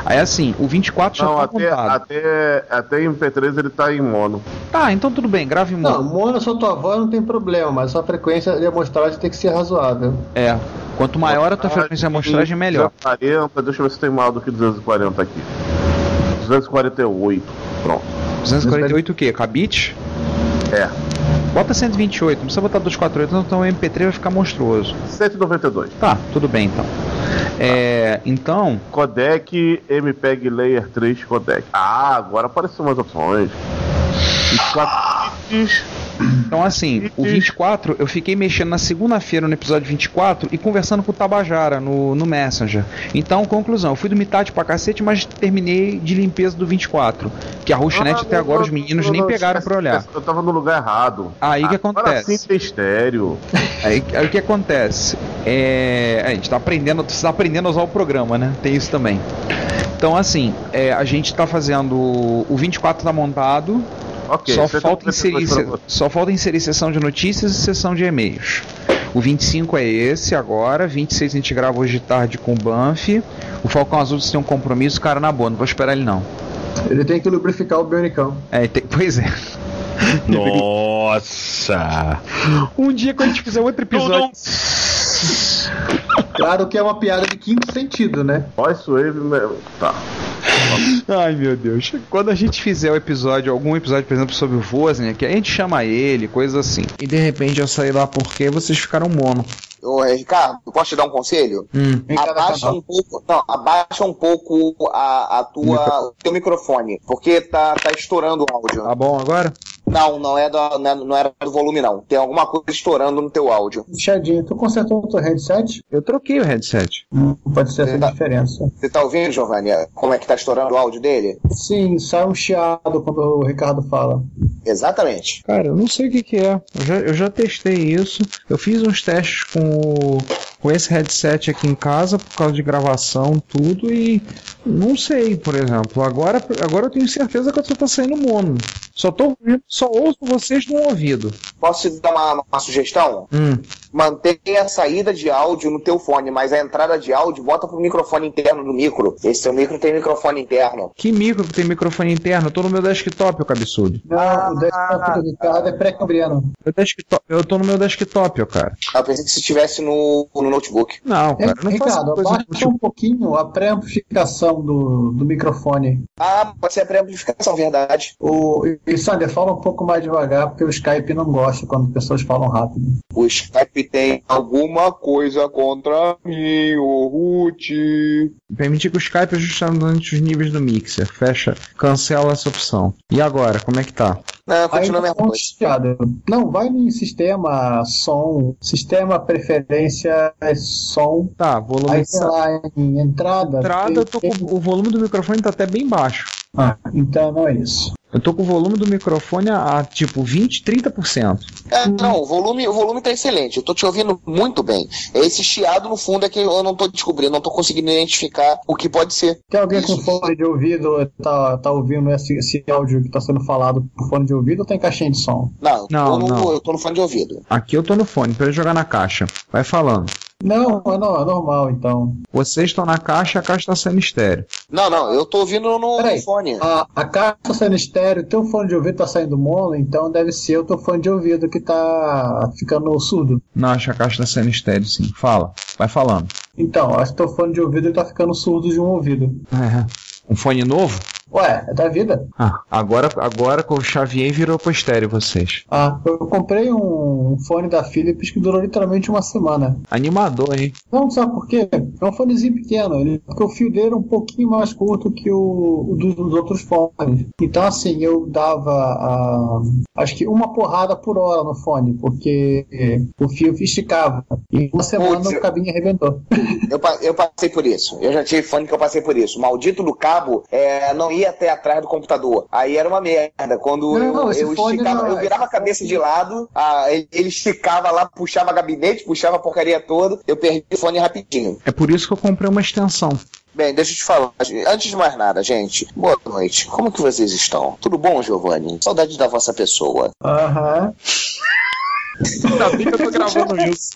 Speaker 5: Aí assim, o 24
Speaker 6: Não,
Speaker 5: já tá
Speaker 6: até,
Speaker 5: contado.
Speaker 6: até, até em MP3 ele tá em mono.
Speaker 5: Tá, então tudo bem, grave um.
Speaker 9: Não, mono só tua voz não tem problema, mas sua frequência de amostragem tem que ser razoável.
Speaker 5: É. Quanto maior a tua frequência de amostragem, melhor.
Speaker 6: 240, deixa eu ver se tem maior do que 240 aqui. 248, pronto.
Speaker 5: 248 o quê? Cabit?
Speaker 6: É.
Speaker 5: Bota 128, não precisa botar 248, não, então o MP3 vai ficar monstruoso.
Speaker 6: 192.
Speaker 5: Tá, tudo bem então. É, então,
Speaker 6: Codec MPEG Layer 3 Codec. Ah, agora apareceu mais opções. E quatro bits.
Speaker 5: então assim, o 24, eu fiquei mexendo na segunda-feira no episódio 24 e conversando com o Tabajara no, no Messenger. Então, conclusão, eu fui do metade pra cacete, mas terminei de limpeza do 24. Que a Rochnet
Speaker 6: Ah,
Speaker 5: né, até
Speaker 6: não,
Speaker 5: agora
Speaker 6: não,
Speaker 5: os meninos
Speaker 6: não,
Speaker 5: nem
Speaker 6: não,
Speaker 5: pegaram
Speaker 6: esquece,
Speaker 5: pra olhar.
Speaker 6: esquece, Eu tava no lugar errado.
Speaker 5: Aí que
Speaker 6: Agora
Speaker 5: acontece.
Speaker 6: sim tem estéreo.
Speaker 5: Aí, aí o que acontece? É, a gente tá aprendendo, você tá aprendendo a usar o programa, né? Tem isso também.
Speaker 16: Então, assim, é, a gente tá fazendo. O 24 tá montado.
Speaker 6: Ok,
Speaker 16: só,
Speaker 6: você
Speaker 16: falta
Speaker 6: tem
Speaker 16: inserir,
Speaker 6: perguntas pra
Speaker 16: se- só falta inserir sessão de notícias e sessão de e-mails. O 25 é esse agora, 26 a gente grava hoje de tarde com o Banff. O Falcão Azul se tem um compromisso, cara, na boa, não vou esperar ele não.
Speaker 9: Ele tem que lubrificar o Bionicão.
Speaker 16: É, tem- pois é.
Speaker 17: Nossa!
Speaker 16: Um dia quando a gente fizer outro episódio.
Speaker 9: Claro que é uma piada de quinto sentido, né?
Speaker 6: Isso aí, meu. Tá.
Speaker 16: Ai meu Deus. Quando a gente fizer o episódio, algum episódio, por exemplo, sobre o Wozniak, a gente chama ele, coisas assim.
Speaker 5: E de repente eu saí lá porque vocês ficaram mono.
Speaker 4: Ô, Ricardo, posso te dar um conselho?
Speaker 5: Hum.
Speaker 4: Abaixa um pouco, não, abaixa um pouco a, a tua, o teu microfone, porque tá, tá estourando o áudio.
Speaker 5: Tá bom agora?
Speaker 4: Não, não é, do, não, é, não era do volume não. Tem alguma coisa estourando no teu áudio.
Speaker 9: Puxadinho, tu consertou o teu headset?
Speaker 16: Eu troquei o headset.
Speaker 9: Pode ser essa diferença.
Speaker 4: Você tá ouvindo, Giovanni, como é que tá estourando o áudio dele?
Speaker 9: Sim, sai um chiado quando o Ricardo fala.
Speaker 4: Exatamente.
Speaker 5: Cara, eu não sei o que, que é. Eu já, eu já testei isso. Eu fiz uns testes com, o- com esse headset aqui em casa por causa de gravação, tudo, e não sei, por exemplo. Agora, agora eu tenho certeza que eu só tô saindo mono. Só tô ouvindo- só ouço vocês no ouvido.
Speaker 4: Posso te dar uma, uma sugestão?
Speaker 5: Hum.
Speaker 4: Mantenha a saída de áudio no teu fone, mas a entrada de áudio bota pro microfone interno do micro. Esse teu micro tem microfone interno.
Speaker 5: Que micro que tem microfone interno? Eu tô no meu desktop, ô cabeçudo.
Speaker 9: Não, o desktop do Ricardo é pré-cambriano.
Speaker 5: Meu desktop, eu tô no meu desktop, ô cara.
Speaker 4: Eu pensei que se tivesse no, no notebook.
Speaker 5: Não, cara, não faço
Speaker 9: Ricardo,
Speaker 5: coisa
Speaker 9: abaixa um pouquinho a pré-amplificação do, do microfone.
Speaker 4: Ah, pode ser a pré-amplificação, verdade.
Speaker 9: O, e Sander, fala um pouco mais devagar, porque o Skype não gosta quando pessoas falam rápido.
Speaker 4: O Skype tem alguma coisa contra mim, ô Ruth.
Speaker 5: Permitir que o Skype ajuste durante os níveis do mixer. Fecha, cancela essa opção. E agora, como é que tá?
Speaker 4: Não,
Speaker 9: continua a mesma coisa. Não, vai em sistema, som, sistema, preferência, é som.
Speaker 5: Tá, volume.
Speaker 9: Aí, sei lá, em entrada.
Speaker 5: Entrada, eu tô com- o volume do microfone tá até bem baixo.
Speaker 9: Ah, então não é isso.
Speaker 5: Eu tô com o volume do microfone a, a, tipo 20, 30%.
Speaker 4: É, não, o volume, o volume tá excelente. Eu tô te ouvindo muito bem. É esse chiado no fundo é que eu não tô descobrindo, não tô conseguindo identificar o que pode ser.
Speaker 9: Tem alguém com fone de ouvido tá, tá ouvindo esse, esse áudio que tá sendo falado por fone de ouvido ou tem caixinha de som?
Speaker 4: Não,
Speaker 5: Não,
Speaker 4: Ah, eu, não,
Speaker 5: não.
Speaker 4: eu tô no fone de ouvido.
Speaker 5: Aqui eu tô no fone, pra eu jogar na caixa. Vai falando.
Speaker 9: Não, é no- é normal então.
Speaker 5: Vocês estão na caixa, a caixa tá sendo estéreo.
Speaker 4: Não, não, eu tô ouvindo no
Speaker 9: Peraí,
Speaker 4: fone.
Speaker 9: A, a caixa tá saindo estéreo, teu fone de ouvido tá saindo mono, então deve ser o teu fone de ouvido que tá ficando surdo.
Speaker 5: Não, acho que a caixa tá sendo estéreo sim. Fala, vai falando.
Speaker 9: Então, acho que teu fone de ouvido tá ficando surdo de um ouvido.
Speaker 5: É. Um fone novo?
Speaker 9: Ué, é da vida.
Speaker 5: Ah, agora, agora que eu chaveei virou pro estéreo vocês.
Speaker 9: Ah, eu comprei um, um fone da Philips que durou literalmente uma semana.
Speaker 5: Animador, hein?
Speaker 9: Não, sabe por quê? É um fonezinho pequeno, ele, porque o fio dele era um pouquinho mais curto que o, o dos, dos outros fones. Então, assim, eu dava ah, acho que uma porrada por hora no fone, porque eh, o fio esticava. E uma semana
Speaker 4: Putz,
Speaker 9: o cabinho arrebentou.
Speaker 4: Eu, pa- eu passei por isso. Eu já tive fone que eu passei por isso. O maldito do cabo é, não ia até atrás do computador. Aí era uma merda. Quando
Speaker 9: Não,
Speaker 4: eu,
Speaker 9: não, esse
Speaker 4: eu
Speaker 9: fone
Speaker 4: esticava,
Speaker 9: não-
Speaker 4: eu virava a cabeça de lado, ah, ele, ele esticava lá, puxava gabinete, puxava a porcaria toda, eu perdi o fone rapidinho.
Speaker 5: É por isso que eu comprei uma extensão.
Speaker 4: Bem, deixa eu te falar. Antes de mais nada, gente, boa noite. Como que vocês estão? Tudo bom, Giovanni? Saudade da vossa pessoa.
Speaker 9: Aham.
Speaker 5: Ainda bem que eu tô gravando isso.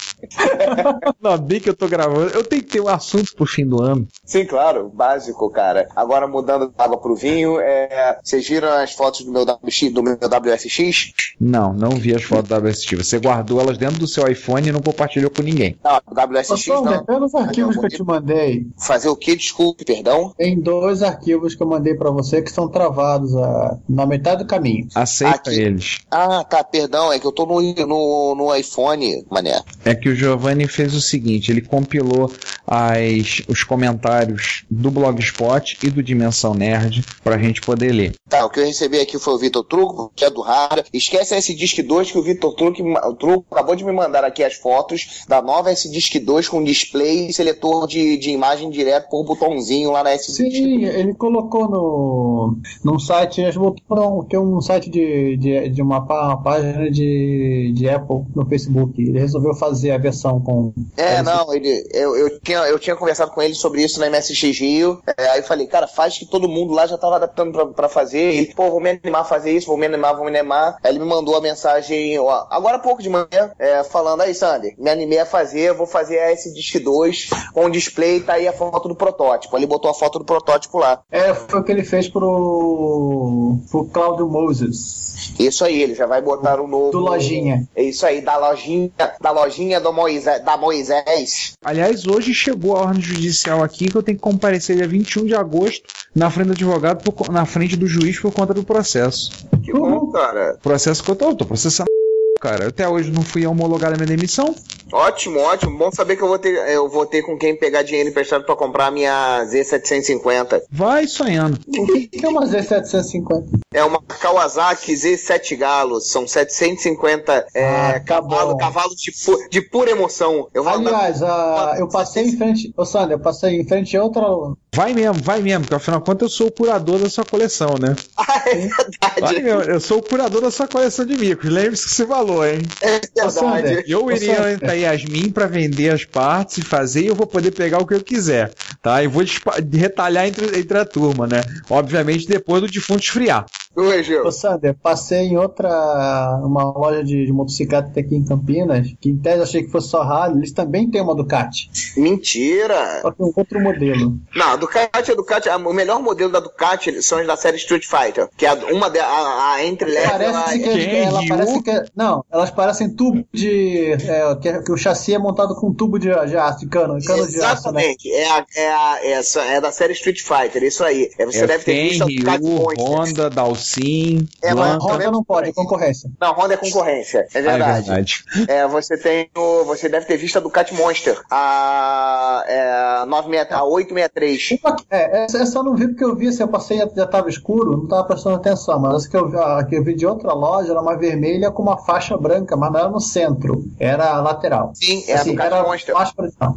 Speaker 5: Ainda bem que eu tô gravando. Eu tenho que ter um assunto pro fim do ano.
Speaker 4: Sim, claro, básico, cara. Agora mudando da água pro vinho, é, vocês viram as fotos do meu, WX, do meu WFX?
Speaker 5: Não, não vi as fotos da WST. Você guardou elas dentro do seu iPhone e não compartilhou com ninguém.
Speaker 4: Não, WSX
Speaker 9: Sander,
Speaker 4: não.
Speaker 9: pega um os arquivos que eu te mandei.
Speaker 4: Fazer o que? Desculpe, perdão.
Speaker 9: Tem dois arquivos que eu mandei pra você que estão travados ah, na metade do caminho.
Speaker 5: Aceita eles.
Speaker 4: Ah, tá, perdão, é que eu tô no, no, no iPhone, mané.
Speaker 5: É que o Giovanni fez o seguinte: ele compilou as, os comentários do Blogspot e do Dimensão Nerd pra gente poder ler.
Speaker 4: Tá, o que eu recebi aqui foi o Vitor Truco, que é do Rara. Esquece esse Disc 2 que o Vitor Truco, o Truco acabou de me mandar aqui as fotos da nova S Disc 2 com display e seletor de, de imagem direto por botãozinho lá na S Disc.
Speaker 9: Sim, ele colocou no é um num site, eles botaram tem um site de, de, de uma, pá- uma página de, de app
Speaker 7: Apple no Facebook. Ele resolveu fazer a versão com.
Speaker 9: É, não, ele, eu, eu, tinha, eu tinha conversado com ele sobre isso na MSX Rio, é, aí falei, cara, faz que todo mundo lá já tava adaptando pra, pra fazer, e ele, pô, vou me animar a fazer isso, vou me animar, vou me animar. Aí ele me mandou a mensagem, ó, agora há pouco de manhã, é, falando, aí Sander, me animei a fazer, vou fazer a S-Disc 2 com display, tá aí a foto do protótipo. Ele botou a foto do protótipo lá.
Speaker 7: É, foi o que ele fez pro. pro Claudio Moses.
Speaker 9: Isso aí, ele já vai botar o novo.
Speaker 7: Do Lojinha.
Speaker 9: É isso aí, da lojinha, da lojinha do Moisés, da Moisés.
Speaker 5: Aliás, hoje chegou a ordem judicial aqui que eu tenho que comparecer dia 21 de agosto na frente do advogado, por co- na frente do juiz por conta do processo.
Speaker 9: Que bom, cara.
Speaker 5: Processo que eu tô, eu tô processando. Cara, até hoje não fui homologado a minha demissão.
Speaker 9: Ótimo, ótimo. Bom saber que eu vou ter, eu vou ter com quem pegar dinheiro emprestado pra comprar a minha Z750.
Speaker 5: Vai sonhando.
Speaker 7: O que que é uma Z750?
Speaker 9: É uma Kawasaki Z7 Galo, são 750
Speaker 7: Ah,
Speaker 9: é,
Speaker 7: tá
Speaker 9: cavalo, cavalos de, pu- de pura emoção. Eu vou andar-
Speaker 7: Aliás, a- eu passei em frente. Ô, Sander, eu passei em frente a outra.
Speaker 5: Vai mesmo, vai mesmo, porque afinal de contas eu sou o curador da sua coleção, né?
Speaker 9: É
Speaker 5: Vai mesmo, eu sou o curador da sua coleção de micros. Lembre-se que você falou, hein?
Speaker 9: É
Speaker 5: verdade. Eu iria entrar em Yasmin pra vender as partes e fazer e eu vou poder pegar o que eu quiser, tá? E vou dispa- retalhar entre, entre a turma, né? Obviamente depois do defunto esfriar.
Speaker 9: Oi, Gil.
Speaker 7: Ô, Sander, passei em outra. uma loja de, de motocicleta aqui em Campinas, que em tese eu achei que fosse só Harley, eles também têm uma Ducati.
Speaker 9: Mentira!
Speaker 7: Só que é um outro modelo.
Speaker 9: Não, a Ducati, a Ducati, a- o melhor modelo da Ducati são as da série Street Fighter, que é a- uma de, a, a entre
Speaker 7: Parece que, ela parece que é- não, elas parecem tubo de é, que, que o chassi é montado com tubo de, de aço, de cano, cano de aço, né?
Speaker 9: Exatamente, é, a, é, a, essa, é da série Street Fighter, isso aí. É, você
Speaker 5: é
Speaker 9: deve ter visto a
Speaker 5: Fenrir,
Speaker 9: Ducati Monster.
Speaker 5: Honda, Dalsim,
Speaker 9: É, mas
Speaker 5: Blanca.
Speaker 9: Honda
Speaker 7: não pode, é concorrência.
Speaker 9: Não, Honda é concorrência, é
Speaker 5: Ah,
Speaker 9: verdade. É, você tem o, você deve ter visto a Ducati Monster, a, é, a 96, a 863.
Speaker 7: É, essa eu só não vi porque eu vi, assim, eu passei já tava escuro, não tava prestando atenção, mas essa que eu, vi- a que eu vi de outra loja era uma vermelha com uma faixa branca, mas não era no centro, era a lateral. Assim,
Speaker 9: Sim, é a Ducati Monster.
Speaker 7: não.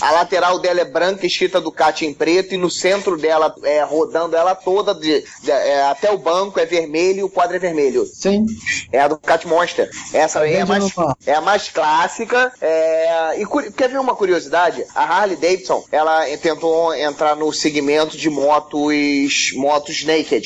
Speaker 9: A lateral dela é branca, escrita Ducati em preto, e no centro dela, é, rodando ela toda, de- de- é, até o banco é vermelho e o quadro é vermelho.
Speaker 7: Sim.
Speaker 9: É a Ducati Monster. Essa aí é a
Speaker 7: Vende
Speaker 9: mais,
Speaker 7: no bar.
Speaker 9: é a mais clássica. é, e cu- quer ver uma curiosidade? A Harley Davidson, ela tentou entrar no segmento de motos, motos naked.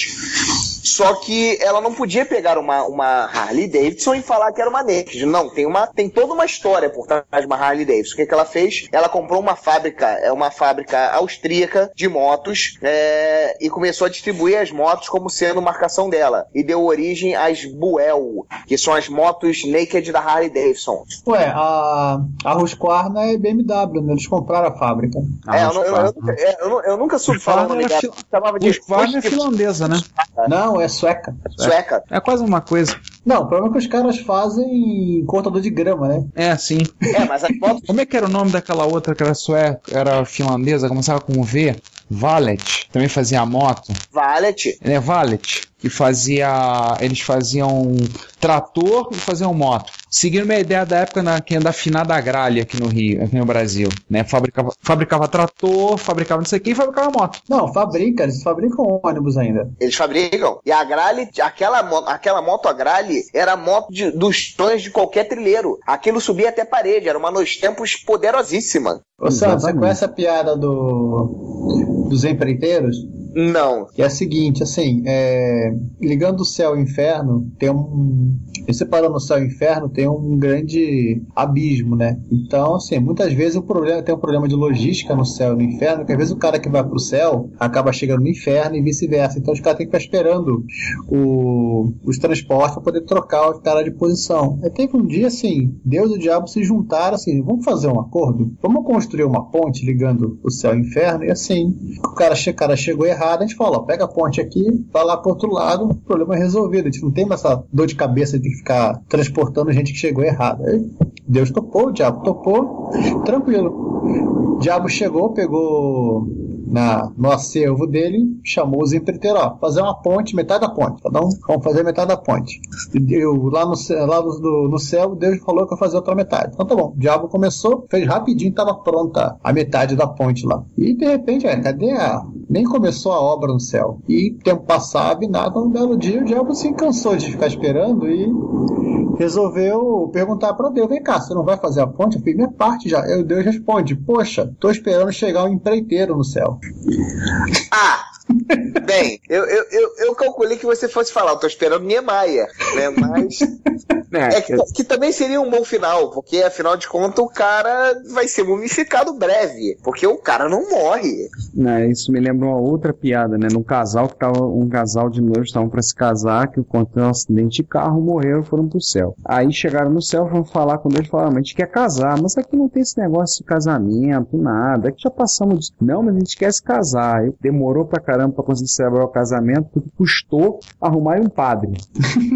Speaker 9: Só que ela não podia pegar uma, uma Harley Davidson e falar que era uma naked. Não, tem uma tem toda uma história por trás de uma Harley Davidson. O que, que ela fez? Ela comprou uma fábrica, é uma fábrica austríaca de motos é, e começou a distribuir as motos como sendo marcação dela e deu origem às Buell, que são as motos naked da Harley Davidson.
Speaker 7: Ué, a, a Husqvarna é BMW, né? Eles compraram a fábrica.
Speaker 9: É, eu, não- eu- eu nunca- é, eu não- eu nunca soube falar o nome dela. Chamava de
Speaker 5: Husqvarna é finlandesa, né?
Speaker 7: Não, é sueca.
Speaker 9: Sueca.
Speaker 5: É quase uma coisa.
Speaker 7: Não, o problema é que os caras fazem cortador de grama, né?
Speaker 5: É, sim.
Speaker 9: É, mas as fotos.
Speaker 5: Como é que era o nome daquela outra que era sueca, era finlandesa, começava com V? Valet. Também fazia a moto.
Speaker 9: Valet.
Speaker 5: É, Valet. Que fazia. Eles faziam trator e faziam moto. Seguindo uma ideia da época na, que é da finada gralha aqui no Rio, aqui no Brasil. Né? Fabricava, fabricava trator, fabricava não sei o que e fabricava moto.
Speaker 7: Não, fabrica, eles fabricam ônibus ainda.
Speaker 9: Eles fabricam. E a Grale, aquela, mo- aquela moto a Grale era a moto de- dos sonhos de qualquer trilheiro. Aquilo subia até parede, era uma nos tempos poderosíssima.
Speaker 7: Ô, Sam, você conhece a piada do, dos empreiteiros?
Speaker 9: Não.
Speaker 7: Que é a seguinte, assim, é, ligando o céu e o inferno, tem um... e Separando o céu e o inferno, tem um grande abismo, né? Então, assim, muitas vezes o problema tem um problema de logística no céu e no inferno, que às vezes o cara que vai pro céu acaba chegando no inferno e vice-versa. Então os caras têm que ficar esperando o- os transportes para poder trocar os caras de posição. Aí teve um dia assim, Deus e o diabo se juntaram assim, vamos fazer um acordo? Vamos construir uma ponte ligando o céu e o inferno? E assim, o cara, che- cara chegou errado, a gente falou, ó, pega a ponte aqui, vai lá pro outro lado, o problema é resolvido. A gente não tem mais essa dor de cabeça de ficar transportando gente que chegou errada. Aí Deus topou, o diabo topou, tranquilo. O diabo chegou, pegou na, no acervo dele, chamou os empreiteiros, ó, fazer uma ponte, metade da ponte, cada um, vamos fazer metade da ponte. E eu, lá no, ce- lá no, do- no céu, Deus falou que ia fazer outra metade. Então tá bom, o diabo começou, fez rapidinho, tava pronta a metade da ponte lá. E de repente, ué, cadê a... Nem começou a obra no céu. E tempo passava e nada, um belo dia o diabo se cansou de ficar esperando e resolveu perguntar para Deus: vem cá, você não vai fazer a ponte? Eu fiz minha parte já. Aí o Deus responde: poxa, tô esperando chegar um empreiteiro no céu.
Speaker 9: Ah! Bem, eu, eu, eu, eu calculei que você fosse falar, eu tô esperando Niemeyer, né? Mas. É que, que também seria um bom final, porque afinal de contas o cara vai ser mumificado breve, porque o cara não morre.
Speaker 5: Né, isso me lembra uma outra piada, né? Num casal que tava, um casal de noivos estavam para se casar, que aconteceu um acidente de carro, morreram e foram pro céu. Aí chegaram no céu, foram falar com Deus, falaram, "Ah, mas a gente quer casar, mas aqui não tem esse negócio de casamento, nada, aqui já passamos disso. Não, mas a gente quer se casar. Aí demorou pra caramba pra conseguir celebrar o casamento, porque custou arrumar um padre.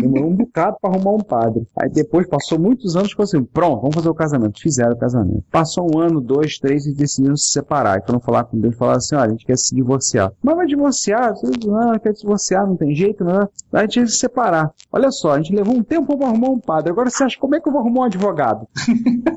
Speaker 5: Demorou um bocado pra arrumar um padre. Aí depois passou muitos anos, ficou assim, pronto, vamos fazer o casamento. Fizeram o casamento. Passou um ano, dois, três, e decidiram se separar. E foram falar com Deus, falaram assim, olha, a gente quer se divorciar. Mas vai divorciar? Vocês, Não, quer divorciar, não tem jeito, não. Aí a gente ia se separar. Olha só, a gente levou um tempo pra arrumar um padre. Agora você acha, como é que eu vou arrumar um advogado?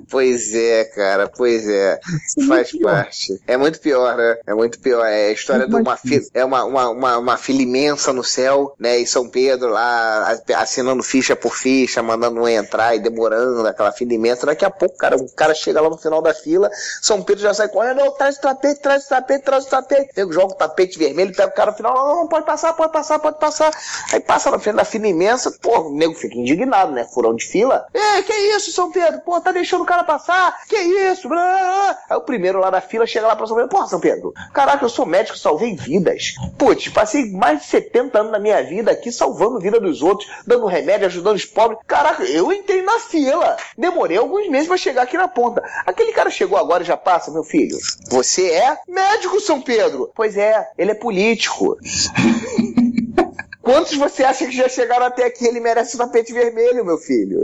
Speaker 9: Pois é, cara, pois é. Faz parte. É muito pior, né? É muito pior. É a história de uma, fi- é uma, uma, uma, uma filha imensa no céu, né? E São Pedro lá a- assinando ficha por ficha, mandando um entrar e demorando aquela fila imensa. Daqui a pouco, cara, um cara chega lá no final da fila, São Pedro já sai correndo, não, traz o tapete, traz o tapete, traz o tapete. Pega, joga o tapete vermelho, pega o cara no final, não, não, não, pode passar, pode passar, pode passar. Aí passa na frente da fila imensa, pô, o nego fica indignado, né? Furão de fila. É, que isso, São Pedro? Pô, tá deixando o cara passar? Que isso? Blá, blá, blá. Aí o primeiro lá da fila chega lá pra São Pedro. Pô, São Pedro, caraca, eu sou médico, salvei vidas. Putz, passei mais de 70 anos da minha vida aqui salvando vida dos outros, dando remédio, ajudando os pobres. Caraca, eu entrei na fila. Demorei alguns meses pra chegar aqui na ponta. Aquele cara chegou agora e já passa, meu filho. Você é médico, São Pedro. Pois é, ele é político. Quantos você acha que já chegaram até aqui? Ele merece o tapete vermelho, meu filho.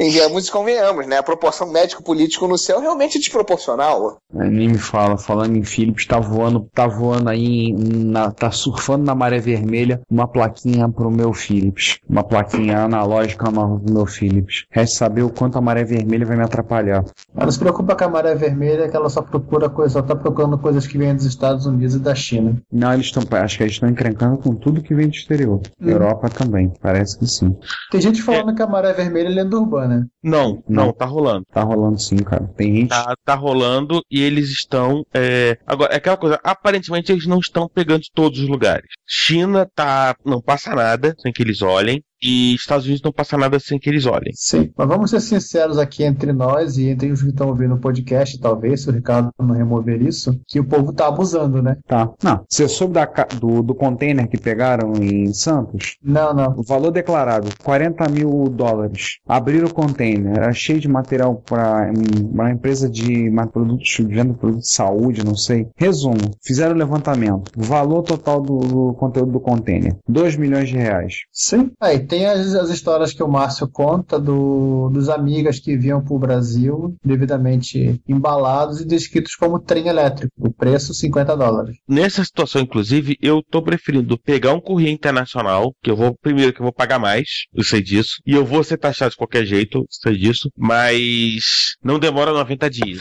Speaker 9: E vamos e convenhamos, né? A proporção médico-político no céu realmente é desproporcional.
Speaker 5: É, Nem me fala, falando em Philips, tá voando, tá voando aí, na- tá surfando na maré vermelha uma plaquinha pro meu Philips. Uma plaquinha analógica marrom pro meu Philips. Resta saber o quanto a maré vermelha vai me atrapalhar.
Speaker 7: Ela não se preocupa com a maré vermelha, que ela só procura coisa, só tá procurando coisas que vêm dos Estados Unidos e da China.
Speaker 5: Não, eles estão, acho que eles estão encrencando com tudo que vem do exterior.
Speaker 7: Hum.
Speaker 5: Europa também, parece que sim.
Speaker 7: Tem gente falando que a maré vermelha é lenda urbana.
Speaker 4: Não,
Speaker 5: não,
Speaker 4: tá rolando.
Speaker 5: Tá rolando sim, cara. Tem gente.
Speaker 4: Tá, tá rolando e eles estão. é, Agora, é aquela coisa, aparentemente eles não estão pegando de todos os lugares. China tá. não passa nada sem que eles olhem. E Estados Unidos não passa nada sem que eles olhem.
Speaker 7: Sim. Mas vamos ser sinceros aqui entre nós e entre os que estão ouvindo o podcast, talvez, se o Ricardo não remover isso, que o povo tá abusando, né?
Speaker 5: Tá. Não, você soube da ca- do, do container que pegaram em Santos?
Speaker 7: Não, não.
Speaker 5: O valor declarado, 40 mil dólares. Abriram o container, era cheio de material para uma empresa de ma- produtos, de venda de produtos de saúde, não sei. Resumo, fizeram o levantamento. O valor total do, do conteúdo do container, 2 milhões de reais.
Speaker 7: Sim. Aí É, tem as, as histórias que o Márcio conta do, dos amigas que vinham para o Brasil devidamente embalados e descritos como trem elétrico. O preço, 50 dólares.
Speaker 4: Nessa situação, inclusive, eu tô preferindo pegar um courier internacional, que eu vou, primeiro, que eu vou pagar mais, eu sei disso, e eu vou ser taxado de qualquer jeito, eu sei disso, mas não demora 90 dias.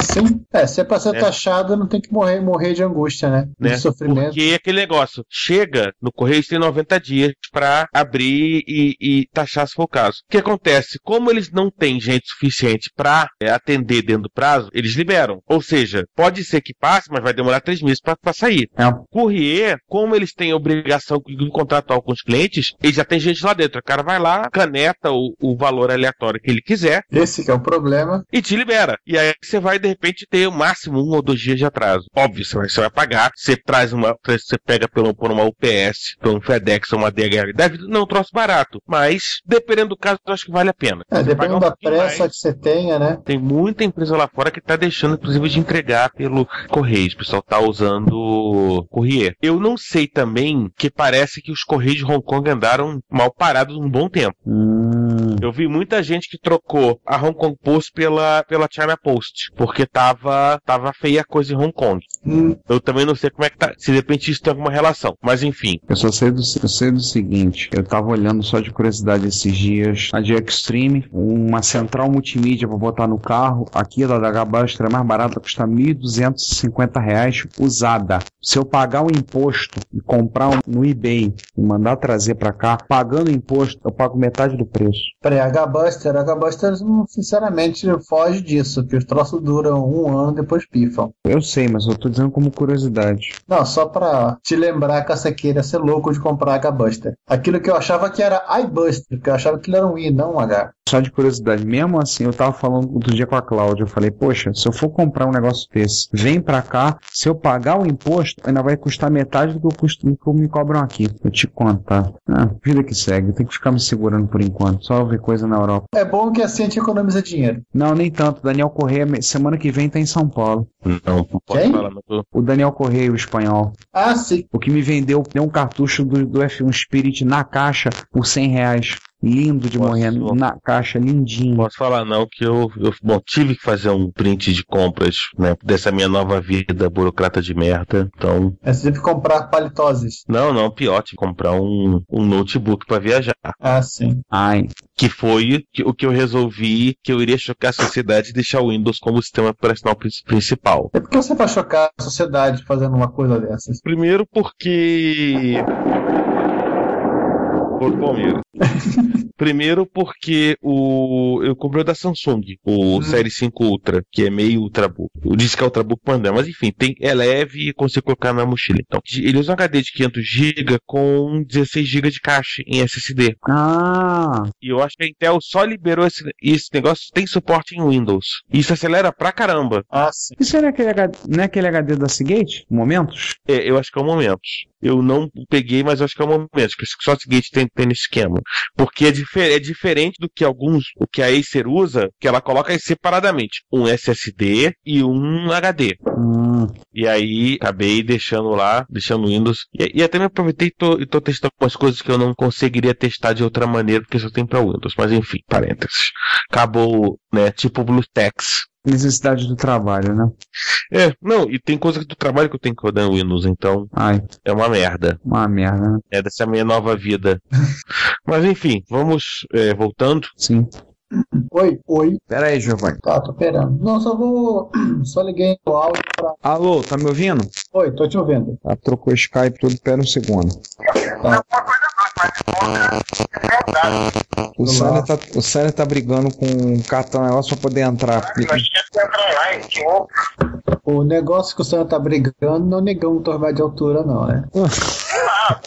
Speaker 7: Sim. É, se é para ser
Speaker 4: É.
Speaker 7: taxado, não tem que morrer, morrer de angústia, né?
Speaker 4: né?
Speaker 7: De sofrimento.
Speaker 4: Porque é aquele negócio, chega no correio, eles têm 90 dias pra abrir e, e taxar se for o caso. O que acontece? Como eles não têm gente suficiente pra é, atender dentro do prazo, eles liberam. Ou seja, pode ser que passe, mas vai demorar três meses pra pra sair. Courier, como eles têm obrigação contratual com os clientes, eles já tem gente lá dentro. O cara vai lá, caneta o, o valor aleatório que ele quiser.
Speaker 7: Esse que é o problema.
Speaker 4: E te libera. E aí você vai, de repente, ter o máximo um ou dois dias de atraso. Óbvio, você vai, você vai pagar, você traz uma. Você pega pelo, por uma UPS, por um FedEx ou uma DHL da vida, não é um troço barato. Mas, dependendo do caso, eu acho que vale a pena.
Speaker 7: É, dependendo da pressa que você tenha, né?
Speaker 4: Tem muita empresa lá fora que tá deixando, inclusive, de entregar pelo Correios. O pessoal tá usando Corrier. Eu não sei também que parece que os Correios de Hong Kong andaram mal parados um bom tempo.
Speaker 7: Hum.
Speaker 4: Eu vi muita gente que trocou a Hong Kong Post pela, pela China Post, porque tava, tava feia a coisa em Hong Kong.
Speaker 18: Hum.
Speaker 4: Eu também não sei como é que tá, se de repente isso tem alguma relação, mas enfim.
Speaker 5: Eu só sei do, eu sei do seguinte, eu tava olhando só de curiosidade esses dias a de Extreme, uma central multimídia pra botar no carro, aqui da Dagabaster é mais barata, custa R$ 1.250 reais usada. Se eu pagar o imposto e comprar um no eBay e mandar trazer pra cá, pagando o imposto, eu pago metade do preço.
Speaker 9: Peraí, a Gabuster, a Gabuster, não, sinceramente, foge disso, que os troços duram um ano depois pifam.
Speaker 5: Eu sei, mas eu tô dizendo como curiosidade.
Speaker 9: Não, só pra te lembrar que essa queira ser louco de comprar a Gabuster. Aquilo que eu achava que era iBuster, que eu achava que ele era um I, não um H.
Speaker 5: Só de curiosidade, mesmo assim, eu tava falando outro dia com a Cláudia, eu falei, poxa, se eu for comprar um negócio desse, vem pra cá, se eu pagar o imposto, ainda vai custar metade do que eu, custo, do que me cobram aqui. Eu te conto, tá? Ah, vida que segue, tem que ficar me segurando por enquanto, só ver coisa na Europa.
Speaker 9: É bom que assim a gente economiza dinheiro.
Speaker 5: Não, nem tanto, Daniel Correia, me- semana que vem tá em São Paulo.
Speaker 4: Não, não posso
Speaker 5: Quem?
Speaker 4: falar, mas eu-
Speaker 5: O Daniel Correia, o espanhol.
Speaker 9: Ah, sim.
Speaker 5: O que me vendeu deu um cartucho do, do F1 Spirit na caixa por 100 reais. Lindo de morrer, na caixa, lindinho.
Speaker 4: Posso falar não que eu, eu bom, tive que fazer um print de compras, né, dessa minha nova vida burocrata de merda. Então,
Speaker 9: É sempre comprar palitoses.
Speaker 4: não, não, pior, tive que comprar um, um notebook pra viajar.
Speaker 9: Ah, sim.
Speaker 5: Ai.
Speaker 4: Que foi que- o que eu resolvi que eu iria chocar a sociedade e deixar o Windows como sistema operacional prin- principal.
Speaker 9: Por que É você vai chocar a sociedade fazendo uma coisa dessas?
Speaker 4: Primeiro porque. Por Palmeiras. Primeiro porque o eu comprei o da Samsung, o Série 5 Ultra, que é meio Ultrabook. Eu disse que é Ultrabook Pandé, mas enfim, tem, é leve e consigo colocar na mochila. Então, de- ele usa um HD de 500GB com 16GB de caixa em SSD.
Speaker 5: Ah!
Speaker 4: E eu acho que a Intel só liberou esse, esse negócio, tem suporte em Windows. Isso acelera pra caramba.
Speaker 9: Ah, sim.
Speaker 5: Isso não é aquele HD, não é aquele HD da Seagate? Momentos?
Speaker 4: É, eu acho que é o momento. Eu não peguei, mas eu acho que é o momento. Por isso que só o seguinte tem, tem nesse esquema. Porque é, dife- é diferente do que alguns, o que a Acer usa, que ela coloca separadamente um SSD e um HD.
Speaker 5: Hum,
Speaker 4: E aí acabei deixando lá, deixando o Windows. E, e até me aproveitei e tô, e tô testando algumas coisas que eu não conseguiria testar de outra maneira, porque só tem pra Windows. Mas enfim, parênteses. Acabou, né? Tipo Bluetex.
Speaker 5: Necessidade do trabalho, né?
Speaker 4: É, não, e tem coisa do trabalho que eu tenho que rodar em Windows, então
Speaker 5: Ai.
Speaker 4: é uma merda.
Speaker 5: Uma merda, né?
Speaker 4: É dessa minha nova vida. Mas enfim, vamos é, voltando.
Speaker 5: Sim.
Speaker 9: Oi, oi.
Speaker 5: Pera aí, Giovanni.
Speaker 9: Tá, tô esperando. Não, só vou. Só liguei o áudio pra.
Speaker 5: Alô, tá me ouvindo?
Speaker 9: Oi, tô te ouvindo.
Speaker 5: Ela trocou o Skype todo, pera um segundo.
Speaker 9: Tá.
Speaker 19: é
Speaker 5: O Sânia tá, o Sânia tá brigando com o Catana lá só pra poder entrar.
Speaker 9: O negócio que o senhor tá brigando não negamos um tornado de altura, não, né?
Speaker 5: Ah.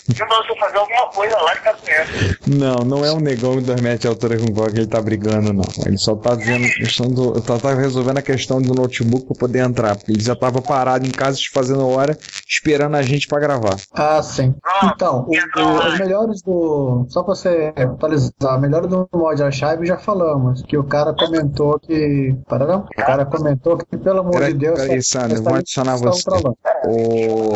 Speaker 19: fazer alguma coisa lá que tá doendo.
Speaker 5: Não, não é um negão de 2 metros de altura com o que ele tá brigando, não. Ele só tá dizendo a questão do. Tá, tá resolvendo a questão do notebook pra poder entrar. porque Ele já tava parado em casa fazendo hora, esperando a gente pra gravar.
Speaker 9: Ah, sim. Então, o, o- os melhores do. Só pra você atualizar, o melhor do mod Archive já falamos. Que o cara comentou que. Para não? O cara comentou que, pelo amor de Deus. tá
Speaker 5: Peraí,
Speaker 9: só-
Speaker 5: Sandro, eu vou adicionar
Speaker 9: um
Speaker 5: você. O...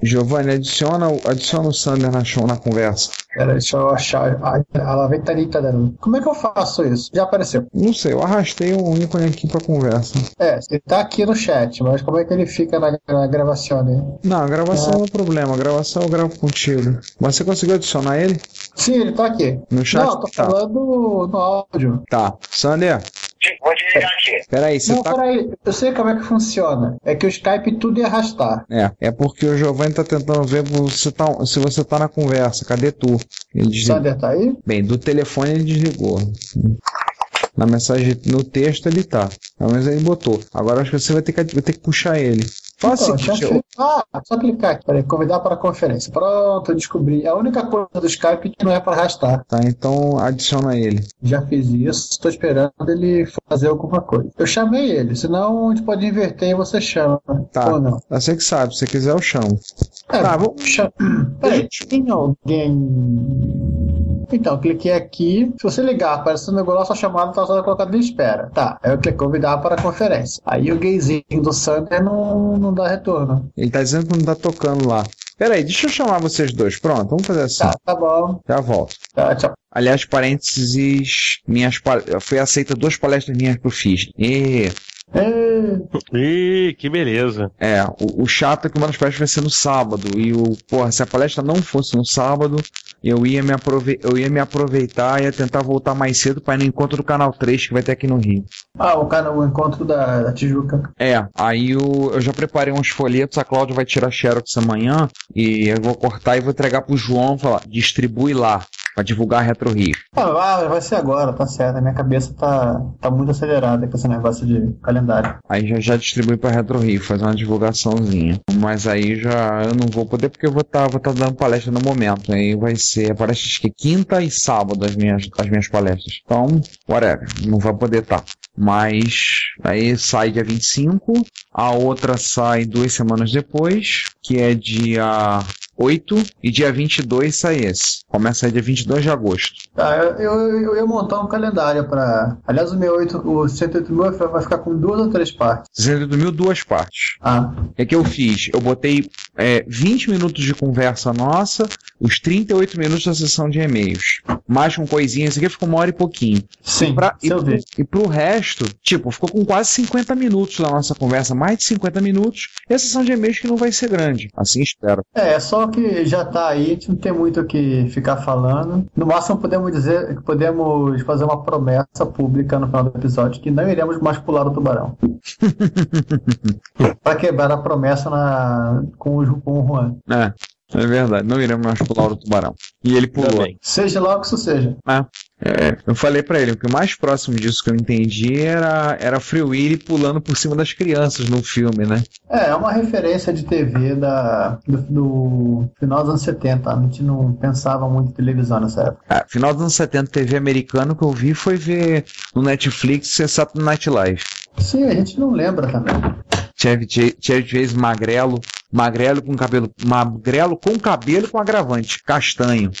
Speaker 5: Giovanni, adiciona, o- adiciona o Sander na, show- na conversa.
Speaker 9: Pera, deixa eu achar. Ai, ela vem tarita dela. Como é que eu faço isso? Já apareceu.
Speaker 5: Não sei, eu arrastei o ícone aqui pra conversa.
Speaker 9: É, ele tá aqui no chat, mas como é que ele fica na, na gravação, né?
Speaker 5: Não, a gravação não é problema, a gravação eu gravo contigo. Mas você conseguiu adicionar ele?
Speaker 9: Sim, ele tá aqui.
Speaker 5: No chat?
Speaker 9: Não, tô
Speaker 5: Tá.
Speaker 9: falando no áudio.
Speaker 5: Tá. Sander,
Speaker 19: Vou desligar aqui.
Speaker 5: peraí, você
Speaker 9: não,
Speaker 5: tá.
Speaker 9: peraí, eu sei como é que funciona. É que o Skype tudo ia arrastar.
Speaker 5: É, é porque o Giovanni tá tentando ver você tá- se você tá na conversa. Cadê tu? Ele desligou.
Speaker 9: Sander tá aí?
Speaker 5: Bem, do telefone ele desligou. Na mensagem, no texto ele tá. Pelo menos ele botou. Agora acho que você vai ter que, vai ter que puxar ele. Fala
Speaker 9: Então,
Speaker 5: o seguinte,
Speaker 9: já
Speaker 5: eu-
Speaker 9: fui- Ah, só clicar aqui. Peraí, convidar para a conferência. Pronto, eu descobri. É A única coisa do Skype que não é para arrastar.
Speaker 5: Tá, então adiciona ele.
Speaker 9: Já fiz isso, estou esperando ele fazer alguma coisa. Eu chamei ele, senão a gente pode inverter e você chama.
Speaker 5: Tá.
Speaker 9: Ou não.
Speaker 5: Você que sabe, se você quiser eu chamo.
Speaker 9: É, tá, vou... Peraí, tem alguém... Então, cliquei aqui. Se você ligar, aparece o negócio, sua chamada está sendo colocada em espera. Tá, aí eu cliquei convidar para a conferência. Aí o gayzinho do Sander não, não dá retorno.
Speaker 5: Ele tá dizendo que não tá tocando lá. Peraí, deixa eu chamar vocês dois. Pronto, vamos fazer assim. Tá,
Speaker 7: tá bom.
Speaker 5: Já volto.
Speaker 7: Tá, tchau.
Speaker 5: Aliás, parênteses, minhas pal... foi aceita duas palestras minhas pro FIS. E
Speaker 4: Ih, que beleza.
Speaker 5: É, o, o chato é que uma das palestras vai ser no sábado. E o, porra, se a palestra não fosse no sábado, eu ia me, aprove eu ia me aproveitar e ia tentar voltar mais cedo para ir no encontro do canal 3 que vai ter aqui no Rio.
Speaker 7: Ah, o, cara, o encontro da, da Tijuca.
Speaker 5: É, aí eu, eu já preparei uns folhetos, a Cláudia vai tirar xerox amanhã e eu vou cortar e vou entregar pro João e falar, distribui lá. Pra divulgar a Retro Rio.
Speaker 7: Ah, vai, vai ser agora, tá certo. A minha cabeça tá, tá muito acelerada com esse negócio de calendário.
Speaker 5: Aí já, já distribui pra Retro Rio, faz uma divulgaçãozinha. Mas aí já eu não vou poder porque eu vou estar vou tá dando palestra no momento. Aí vai ser palestras que quinta e sábado as minhas, as minhas palestras. Então, whatever, não vai poder estar. Mas aí sai dia 25, a outra sai duas semanas depois, que é dia 8 e dia 22 sai esse. Começa aí dia 22 de agosto.
Speaker 7: Tá, eu, eu, eu ia montar um calendário pra. Aliás, o meu 8, o 108 mil vai ficar com duas ou três partes.
Speaker 5: 108 mil, duas partes.
Speaker 7: Ah.
Speaker 5: O É que, que eu fiz? Eu botei é, 20 minutos de conversa nossa, os 38 minutos da sessão de e-mails. Mais com coisinhas, isso aqui ficou uma hora e pouquinho.
Speaker 7: Sim,
Speaker 5: e, pra, e,
Speaker 7: eu vi.
Speaker 5: e pro resto, tipo, ficou com quase 50 minutos da nossa conversa, mais de 50 minutos, e a sessão de e-mails que não vai ser grande. Assim espero.
Speaker 7: É, é só que já tá aí, a gente não tem muito o que ficar falando. No máximo podemos dizer que podemos fazer uma promessa pública no final do episódio que não iremos mais pular o tubarão. Pra quebrar a promessa na- com, o, com o Juan.
Speaker 5: É, é verdade. Não iremos mais pular o tubarão. E ele
Speaker 4: Tá
Speaker 5: pulou.
Speaker 7: Seja lá o que isso seja.
Speaker 5: É. É, eu falei pra ele, o que mais próximo disso que eu entendi era, era Free Willy pulando por cima das crianças no filme, né?
Speaker 7: É, é uma referência de TV da, do, do final dos anos 70. A gente não pensava muito em televisão nessa época.
Speaker 5: Ah, final dos anos 70, TV americano, o que eu vi foi ver no Netflix Saturday Night Live.
Speaker 7: Sim, a gente não lembra também.
Speaker 5: Chevy Ch- Chevy Chase magrelo, magrelo com cabelo, magrelo com cabelo com agravante, castanho.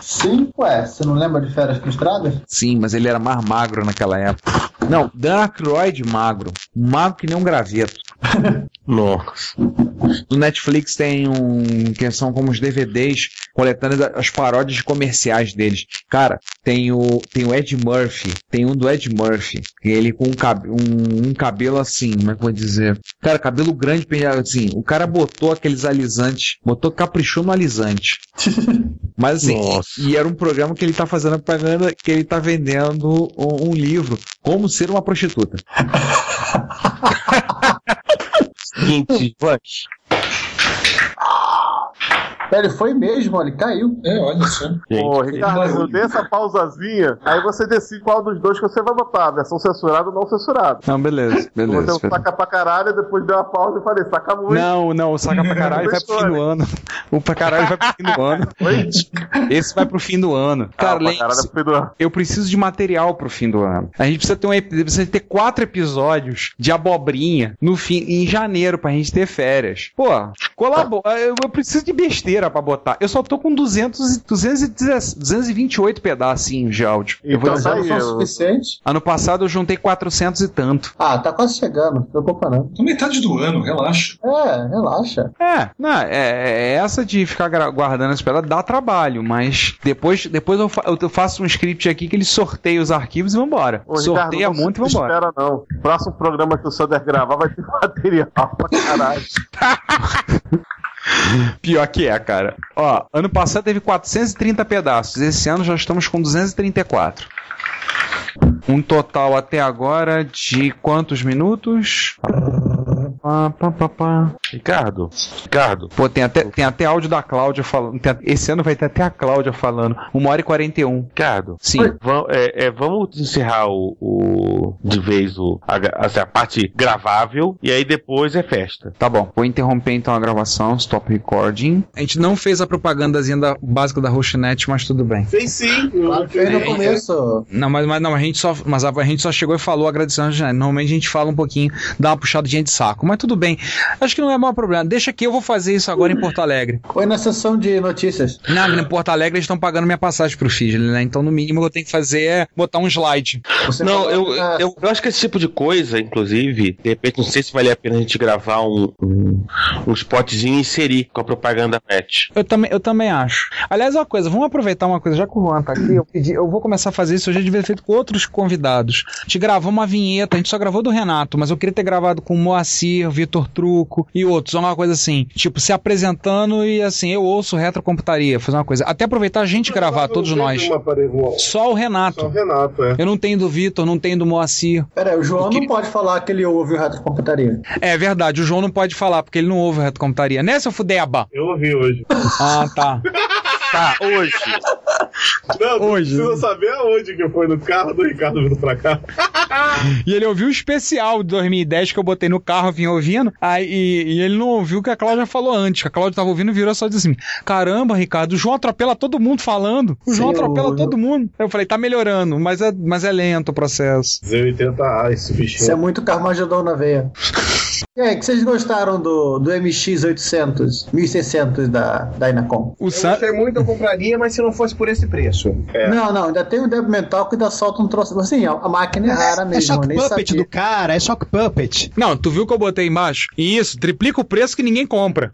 Speaker 7: Sim, ué, é? você não lembra de Férias Frustradas?
Speaker 5: Sim, mas ele era mais magro naquela época. Não, Dan Aykroyd magro, magro que nem um graveto.
Speaker 4: Nossa.
Speaker 5: No Netflix tem um. que são como os DVDs coletando as paródias de comerciais deles. Cara, tem o, tem o Ed Murphy. Tem um do Ed Murphy. que Ele com um, cab- um- um cabelo assim, como é que eu vou dizer? Cara, cabelo grande, penteado assim. O cara botou aqueles alisantes. Botou, caprichou no alisante. Mas assim, e era um programa que ele tá fazendo a propaganda, que ele tá vendendo um, um livro, Como Ser uma Prostituta.
Speaker 4: Seguinte,
Speaker 7: Ele foi mesmo, ele caiu.
Speaker 6: É, olha
Speaker 7: só.
Speaker 6: Ô, Ricardo, eu dei essa pausazinha, aí você decide qual dos dois que você vai botar, a versão censurada ou não censurada.
Speaker 5: Não, beleza,
Speaker 6: Você
Speaker 5: beleza.
Speaker 6: Você saca pra caralho, depois deu a pausa e falei, saca muito.
Speaker 5: Não, não, o saca pra caralho vai pro fim do ano. O pra caralho vai pro fim do ano. Esse vai pro fim do ano.
Speaker 7: Ah,
Speaker 5: Cara, lembre-se, eu preciso de material pro fim do ano. A gente precisa ter, um, ep- precisa ter quatro episódios de abobrinha no fim, em janeiro pra gente ter férias. Pô,
Speaker 7: Tá.
Speaker 5: colabora. Eu, eu preciso de besteira pra botar. Eu só tô com 200, e- 210 228 pedacinhos de áudio. eu vou
Speaker 7: Então
Speaker 5: dizer
Speaker 7: tá aí,
Speaker 5: isso.
Speaker 7: eu- suficiente.
Speaker 5: Ano passado eu juntei 400 e tanto.
Speaker 7: Ah, tá quase chegando, tô comparando.
Speaker 5: Metade do ano, relaxa.
Speaker 7: É, relaxa.
Speaker 5: É, não, é, é- é essa de ficar gra- guardando as pedras dá trabalho, mas depois, depois eu, fa- eu faço um script aqui que ele sorteia os arquivos e vambora.
Speaker 6: Ô, Ricardo,
Speaker 5: Sorteia
Speaker 6: não se
Speaker 5: muito e vambora.
Speaker 6: Espera não. Próximo programa que o Sander gravar vai ter material pra caralho.
Speaker 5: Pior que é, cara. Ó, ano passado teve 430 pedaços, esse ano já estamos com 234. Um total até agora de quantos minutos? Pá, pá, pá, pá.
Speaker 4: Ricardo, Ricardo.
Speaker 5: Pô, tem até, tem até áudio da Cláudia falando. tem a- esse ano vai ter até a Cláudia falando. 1 hora e 41.
Speaker 4: Ricardo,
Speaker 5: Sim.
Speaker 4: Vam- é, é, vamos encerrar o, o- de vez o, a, gra- assim, a parte gravável e aí depois é festa.
Speaker 5: Tá bom, vou interromper então a gravação, stop recording. A gente não fez a propagandazinha da- básica da Rochinet, mas tudo bem.
Speaker 6: Fez sim.
Speaker 7: Fez no começo.
Speaker 5: Não, mas, mas não, a gente só, mas a, a gente só chegou e falou agradecendo a Rochinet. Normalmente a gente fala um pouquinho, dá uma puxadinha de saco, mas
Speaker 7: mas tudo bem. Acho que não é maior problema. Deixa que eu vou fazer isso agora em Porto Alegre.
Speaker 5: Foi na sessão de notícias.
Speaker 7: Não, em Porto Alegre eles estão pagando minha passagem pro Fisley, né? Então, no mínimo, o que eu tenho que fazer é botar um slide.
Speaker 4: Você não, eu, eu, eu, eu acho que esse tipo de coisa, inclusive, de repente, não sei se vale a pena a gente gravar um, um, um spotzinho e inserir com a propaganda pet.
Speaker 7: Eu também, eu também acho. Aliás, uma coisa, vamos aproveitar uma coisa, já que o Juan tá aqui, eu, pedi, eu vou começar a fazer isso, eu já devia ter feito com outros convidados. A gente gravou uma vinheta, a gente só gravou do Renato, mas eu queria ter gravado com o Moacir, Vitor Truco e outros, uma coisa assim, tipo, se apresentando e assim, eu ouço retrocomputaria, fazer uma coisa. Até aproveitar a gente gravar, todos nós. Só o Renato. Só o
Speaker 6: Renato, é.
Speaker 7: Eu não tenho do Vitor, não tenho do Moacir.
Speaker 5: Peraí, o João não pode falar que ele ouve o retrocomputaria.
Speaker 7: É verdade, o João não pode falar, porque ele não ouve o retrocomputaria. Né, seu Fudeba?
Speaker 6: Eu ouvi hoje.
Speaker 7: Ah, tá.
Speaker 4: tá, hoje.
Speaker 6: Não, hoje. precisa saber aonde que foi, no carro do Ricardo vindo pra cá.
Speaker 7: e ele ouviu o especial de 2010 que eu botei no carro, vinha ouvindo, aí, e, e ele não ouviu o que a Cláudia falou antes. A Cláudia tava ouvindo e virou só e disse assim: caramba, Ricardo, o João atropela todo mundo falando. O João Senhor. atropela todo mundo. Eu falei, tá melhorando, mas é, mas é lento o processo.
Speaker 6: 080 A esse bichinho.
Speaker 5: Isso é muito Carmageddon na veia. E aí, que vocês gostaram do, do MX800, 1600 da, da Inacom?
Speaker 9: O eu Sam... gostei muito, eu compraria, mas se não fosse por esse preço.
Speaker 5: É. Não, não, ainda tem o Deb Mental que ainda solta um troço. Assim, a, a máquina é rara mesmo. É
Speaker 7: shock puppet sabia. do cara, é shock puppet. Não, tu viu que eu botei embaixo? Isso, triplica o preço que ninguém compra.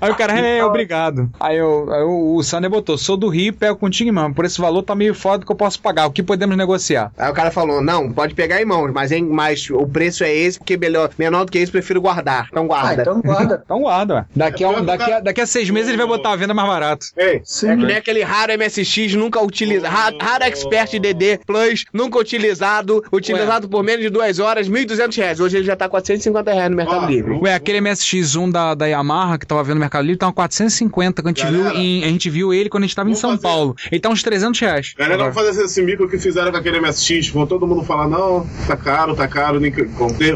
Speaker 7: aí o cara, é, então... obrigado. Aí, eu, aí o, o Sander botou, sou do Rio, pego contigo, mano. Por esse valor tá meio foda que eu posso pagar. O que podemos negociar?
Speaker 9: Aí o cara falou, não, pode pegar em mãos, mas, hein, mas o preço é esse, porque melhor, menor do que isso, prefiro guardar. Então guarda. Ah,
Speaker 7: então guarda. então guarda, ué. Daqui a, um, daqui, a, daqui a seis meses ele vai botar a venda mais barato.
Speaker 9: Ei, sim, é que nem aquele raro MSX nunca utilizado, raro, raro Expert DD Plus, nunca utilizado, utilizado ué. por menos de duas horas, 1.200 reais. Hoje ele já tá 450 reais no Mercado ah, Livre.
Speaker 7: Ué, aquele MSX1 da, da Yamaha que tava vendo no Mercado Livre tá tava 450, que a gente, Galera, viu em, a gente viu ele quando a gente tava em São fazer. Paulo. Ele tá uns 300 reais.
Speaker 6: Galera, vamos fazer esse mico que fizeram com aquele MSX. Vão todo mundo falar, não, tá caro, tá caro, nem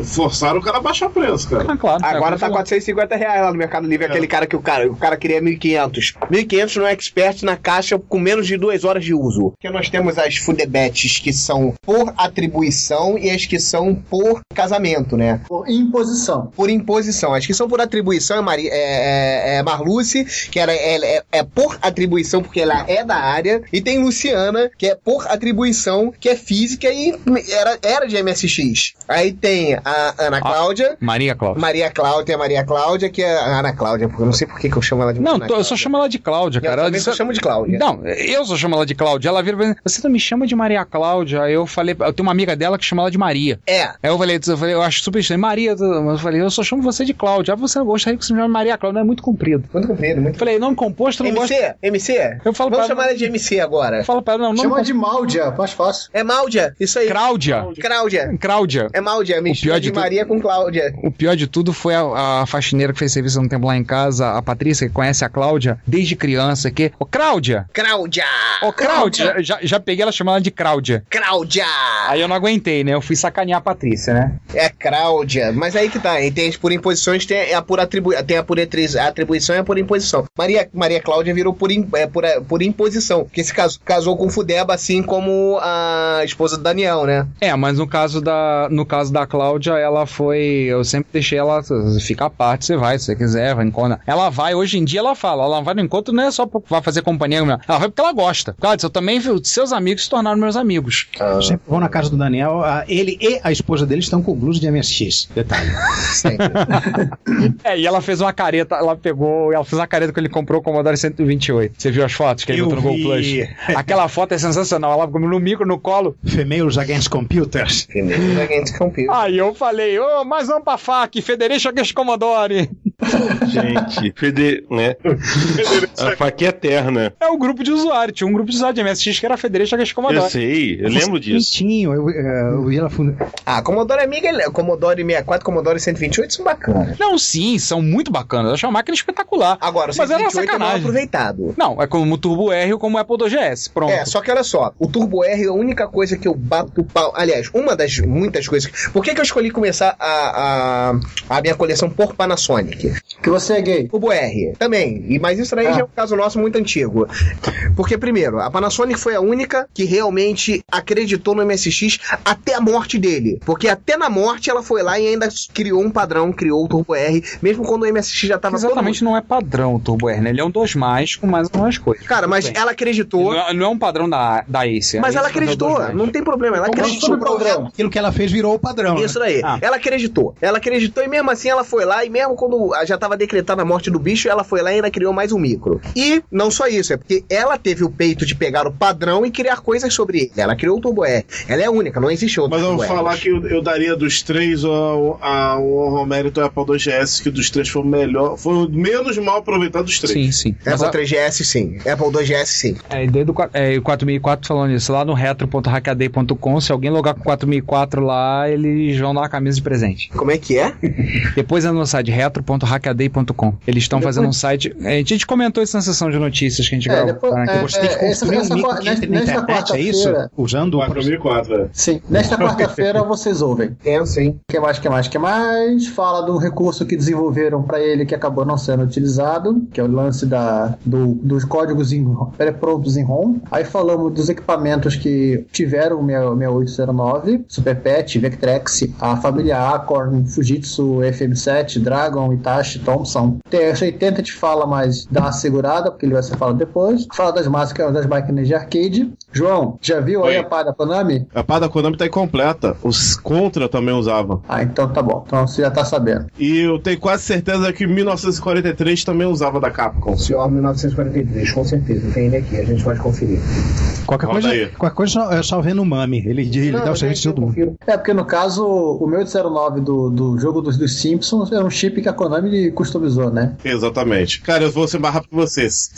Speaker 6: forçaram o cara baixar o preço, cara. Ah,
Speaker 9: claro, Agora tá 450 reais lá no Mercado Livre, é. aquele cara que o cara, o cara queria 1.500. 1.500 no é Expert na caixa com menos de duas horas de uso. Porque nós temos as Fudebets que são por atribuição e as que são por casamento, né?
Speaker 5: Por imposição.
Speaker 9: Por imposição. As que são por atribuição é, Mari, é, é, é Marluce, que era, é, é, por atribuição porque ela é da área, e tem Luciana, que é por atribuição, que é física e era, era de MSX. Aí tem a Ana Cláudia. Cláudia.
Speaker 7: Maria Cláudia.
Speaker 9: Maria Cláudia, Maria Cláudia, que é a Ana Cláudia, porque eu não sei por que, que eu chamo ela de
Speaker 7: Não, tô, eu só chamo ela de Cláudia, cara.
Speaker 9: Eu também só chamo de Cláudia.
Speaker 7: Não, eu só chamo ela de Cláudia. Ela vira pra você não me chama de Maria Cláudia. Aí eu falei, eu tenho uma amiga dela que chama ela de Maria.
Speaker 9: É.
Speaker 7: Aí eu falei, eu falei, eu acho super estranho. Maria, eu falei, eu só chamo você de Cláudia. Ah, você não gostaria que você me chame Maria Cláudia, não é muito comprido.
Speaker 9: Muito comprido, muito.
Speaker 7: Falei, nome composto, não
Speaker 9: MC?
Speaker 7: Gosto.
Speaker 9: MC?
Speaker 7: Eu falo
Speaker 9: Vamos chamar ela de MC agora.
Speaker 7: Eu falo pra ela, não, não.
Speaker 5: Chama de Máudia, mais fácil.
Speaker 9: É Máudia, isso aí.
Speaker 7: Cláudia.
Speaker 9: Cláudia.
Speaker 7: Cláudia.
Speaker 9: É Máudia, me
Speaker 7: pior de, de
Speaker 9: Maria com Cláudia.
Speaker 7: O pior de tudo foi a, a, faxineira que fez serviço no tempo lá em casa, a Patrícia, que conhece a Cláudia desde criança, que. Ô, Cláudia!
Speaker 9: Cláudia!
Speaker 7: Ô, Cláudia! Já, já peguei ela chamando ela de Cláudia.
Speaker 9: Cláudia!
Speaker 7: Aí eu não aguentei, né? Eu fui sacanear a Patrícia, né?
Speaker 9: É Cláudia. Mas aí que tá. E tem as por imposições, tem é a por, atribui tem a por atribuição e a por imposição. Maria, Maria Cláudia virou por, in, é, por, por imposição, que se casou, casou com o Fudeba, assim como a esposa do Daniel, né?
Speaker 7: É, mas no caso da, no caso da Cláudia, ela foi. Eu sempre deixei ela ficar à parte, você vai, se você quiser, vai encontrar. Ela vai, hoje em dia ela fala, ela vai no encontro, não é só pra fazer companhia, ela vai porque ela gosta. Claro, eu também, seus amigos se tornaram meus amigos.
Speaker 20: Ah. Sempre vou na casa do Daniel, ele e a esposa dele estão com blusa de MSX. Detalhe.
Speaker 7: é, e ela fez uma careta, ela pegou, ela fez uma careta que ele comprou o Commodore 128. Você viu as fotos que ele eu botou no Go Plus? Aquela foto é sensacional, ela no micro, no colo.
Speaker 20: Females against computers.
Speaker 9: Females against computers.
Speaker 7: Aí eu falei, ô, oh, mais um pra FAC, Federation Against Commodore.
Speaker 4: Gente, Fede... né? a faca é eterna.
Speaker 7: É o um grupo de usuários, tinha um grupo de usuários de MSX que era Federation Against Commodore.
Speaker 4: Eu sei, eu lembro disso.
Speaker 20: Tinha, eu, eu, eu fundo.
Speaker 9: Ah, Commodore Amiga, Commodore 64, Commodore 128 são bacanas.
Speaker 7: Não, sim, são muito bacanas, eu acho uma máquina espetacular.
Speaker 9: Agora,
Speaker 7: mas era uma
Speaker 9: sacanagem.
Speaker 7: É
Speaker 9: aproveitado.
Speaker 7: Não, é como o Turbo R ou como o Apple 2GS, pronto. É,
Speaker 9: só que olha só, o Turbo R é a única coisa que eu bato o pau, aliás, uma das muitas coisas. Por que que eu escolhi começar a, a, a minha coleção por Panasonic? Que você é gay. Cubo R. Também. E, mas isso daí já é um caso nosso muito antigo. Porque, primeiro, a Panasonic foi a única que realmente acreditou no MSX até a morte dele. Porque até na morte ela foi lá e ainda criou um padrão, criou o Turbo R, mesmo quando o MSX já tava todo
Speaker 21: Exatamente não é padrão o Turbo R, né? Ele é um dos mais com mais algumas coisas.
Speaker 9: Cara, mas ela acreditou.
Speaker 21: Não é, não é um padrão da, da Ace.
Speaker 9: Mas
Speaker 21: a
Speaker 9: ela
Speaker 21: Ace não é um dos
Speaker 9: acreditou,
Speaker 21: mais.
Speaker 9: não tem problema. Ela
Speaker 21: Como
Speaker 9: acreditou.
Speaker 21: sobre o padrão.
Speaker 9: Aquilo que ela fez virou o padrão. né? Isso daí.
Speaker 21: Ah.
Speaker 9: Ela acreditou. Ela acreditou e mesmo assim ela foi lá e mesmo quando já estava decretada a morte do bicho, ela foi lá e ainda criou mais um micro. E não só isso, é porque ela teve o peito de pegar o padrão e criar coisas sobre ele. Ela criou o Turbo R. Ela é única, não existe outra.
Speaker 6: Mas eu vou falar que eu, eu daria dos três ao, ao honra ao mérito ao Apple 2GS, que dos três foi o melhor, foi o menos mal aproveitado dos três.
Speaker 21: Sim, sim.
Speaker 5: É,
Speaker 21: Mas
Speaker 9: Apple
Speaker 21: a-
Speaker 9: 3GS sim. Apple 2GS sim.
Speaker 21: É, e desde o qua- é, e o 4004 falando isso lá no retro.hackaday.com, se alguém logar com 4004 lá, eles vão dar a camisa de presente.
Speaker 9: Como é que é?
Speaker 21: Depois entra no site retro.hackaday.com. Eles estão fazendo um site. A gente a gente comentou isso na sessão de notícias que a gente
Speaker 5: É,
Speaker 21: gravou.
Speaker 5: depois-
Speaker 21: né, que
Speaker 5: é,
Speaker 21: eu gostei.
Speaker 5: é, essa- essa qua- nesta- nesta
Speaker 21: é
Speaker 5: quarta-feira-
Speaker 6: Usando o 4004, é.
Speaker 5: Sim, nesta quarta-feira vocês ouvem.
Speaker 9: Eu É, sim.
Speaker 5: Que é mais, que mais, que mais? Fala do recurso que desenvolveram para ele que acabou não sendo utilizado, que é o lance da, do- dos códigos em, pré-prontos em ROM. Aí falamos dos equipamentos que tiveram o 6809, SuperPet, Vectrex, a família Acorn, Fujitsu, FM7, Dragon, Itachi, Thompson. TS80 te fala, mas dá uma segurada, porque ele vai ser falado depois. Fala das máscaras das máquinas de arcade. João, já viu aí
Speaker 6: Oi.
Speaker 5: a pá da Konami?
Speaker 6: A pá da Konami tá incompleta. Os Contra também usava.
Speaker 5: Ah, então tá bom. Então você já tá sabendo.
Speaker 6: E eu tenho quase certeza que 1943 também usava da Capcom.
Speaker 9: Senhor 1943, com certeza. Tem ele aqui, a gente pode conferir.
Speaker 7: Qualquer
Speaker 6: Roda
Speaker 7: coisa,
Speaker 6: aí.
Speaker 7: qualquer coisa
Speaker 21: é
Speaker 7: eu salvei no Mami. Ele, ele
Speaker 5: Não,
Speaker 7: dá o
Speaker 5: mas
Speaker 7: serviço de todo mundo.
Speaker 5: É, porque no caso, o meu de 09 do, do jogo dos, dos Simpsons era um chip que a Konami customizou, né?
Speaker 6: Exatamente. Cara, eu vou ser mais rápido que vocês.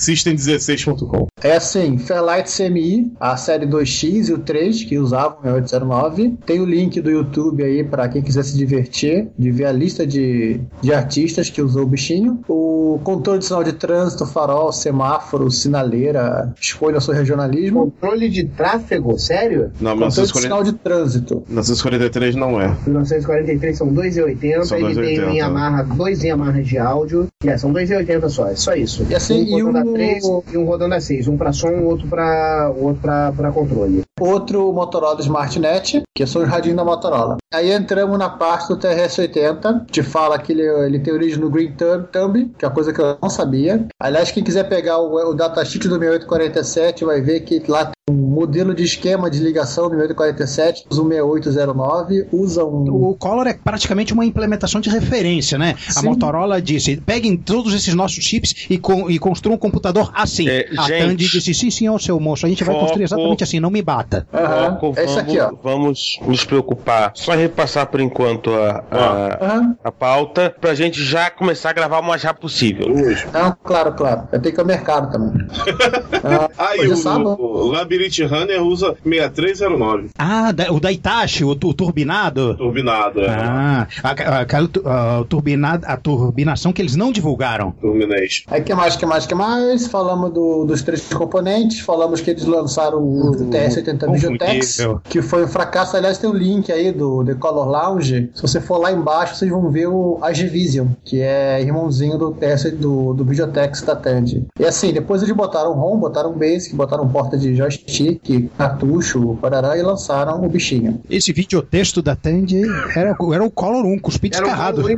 Speaker 6: System16.com.
Speaker 5: É assim, Fairlight CMI, a série 2X e o 3, que usavam o 6809. Tem o link do YouTube aí pra quem quiser se divertir, de ver a lista de, de artistas que usou o bichinho. O controle de sinal de trânsito, farol, semáforo, sinaleira, escolha o seu regionalismo.
Speaker 9: Controle de tráfego, sério?
Speaker 6: Não,
Speaker 5: controle de
Speaker 6: 1940
Speaker 5: sinal de trânsito.
Speaker 6: 1943 não é.
Speaker 9: 1943 são 2,80.
Speaker 6: São
Speaker 9: ele tem
Speaker 6: 2,80.
Speaker 9: um Yamaha, dois Yamaha de áudio. É, são 2,80 só, é só isso.
Speaker 5: E assim,
Speaker 9: um
Speaker 5: e
Speaker 9: rodando
Speaker 5: o-
Speaker 9: a 3 e um rodando a 6. Um pra som, outro pra, um outro pra, pra controle.
Speaker 5: Outro Motorola SmartNet, que é são os radinhos da Motorola. Aí entramos na parte do TRS-80, te fala que ele, ele tem origem no Green Thumb, Thumb, que é uma coisa que eu não sabia. Aliás, quem quiser pegar o, o datasheet do 6847 vai ver que lá tem um modelo de esquema de ligação do 6847, usa um 6809, usa um...
Speaker 7: O Collor é praticamente uma implementação de referência, né? A Motorola disse: peguem todos esses nossos chips e, con- e construam um computador assim. a
Speaker 4: É, gente.
Speaker 7: Tandy disse: sim, senhor, seu moço, a gente vai construir
Speaker 4: Foco.
Speaker 7: exatamente assim, não me bata.
Speaker 4: Foco, vamos, vamos nos preocupar. Só repassar por enquanto a, a, a pauta pra gente já começar a gravar o mais rápido possível.
Speaker 5: Ah, claro, claro. Eu tenho que ir ao mercado também.
Speaker 6: Ah, e
Speaker 5: Hoje é
Speaker 6: o,
Speaker 5: sábado.
Speaker 6: o Labyrinth Runner usa 6309.
Speaker 7: Ah, da- o da Itachi, o, tu- o turbinado?
Speaker 6: Turbinado, é.
Speaker 7: Ah, a, a- aquela tu- a, turbinado- a turbinação que eles não divulgaram.
Speaker 6: Turbination.
Speaker 5: Aí que mais, que mais, que mais? Falamos do- dos três componentes, falamos que eles lançaram o TS-80 Videotex,
Speaker 7: confundível.
Speaker 5: que foi um fracasso. Aliás, tem um link aí do The Color Lounge. Se você for lá embaixo, vocês vão ver o Agivision, que é irmãozinho do TS do, do Videotex da Tandy. E assim, depois eles botaram ROM, botaram Basic, botaram porta de joystick, cartucho, parará, e lançaram o bichinho.
Speaker 7: Esse videotexto da Tandy era, era o Collor 1, cuspido um, descarrado. Sim.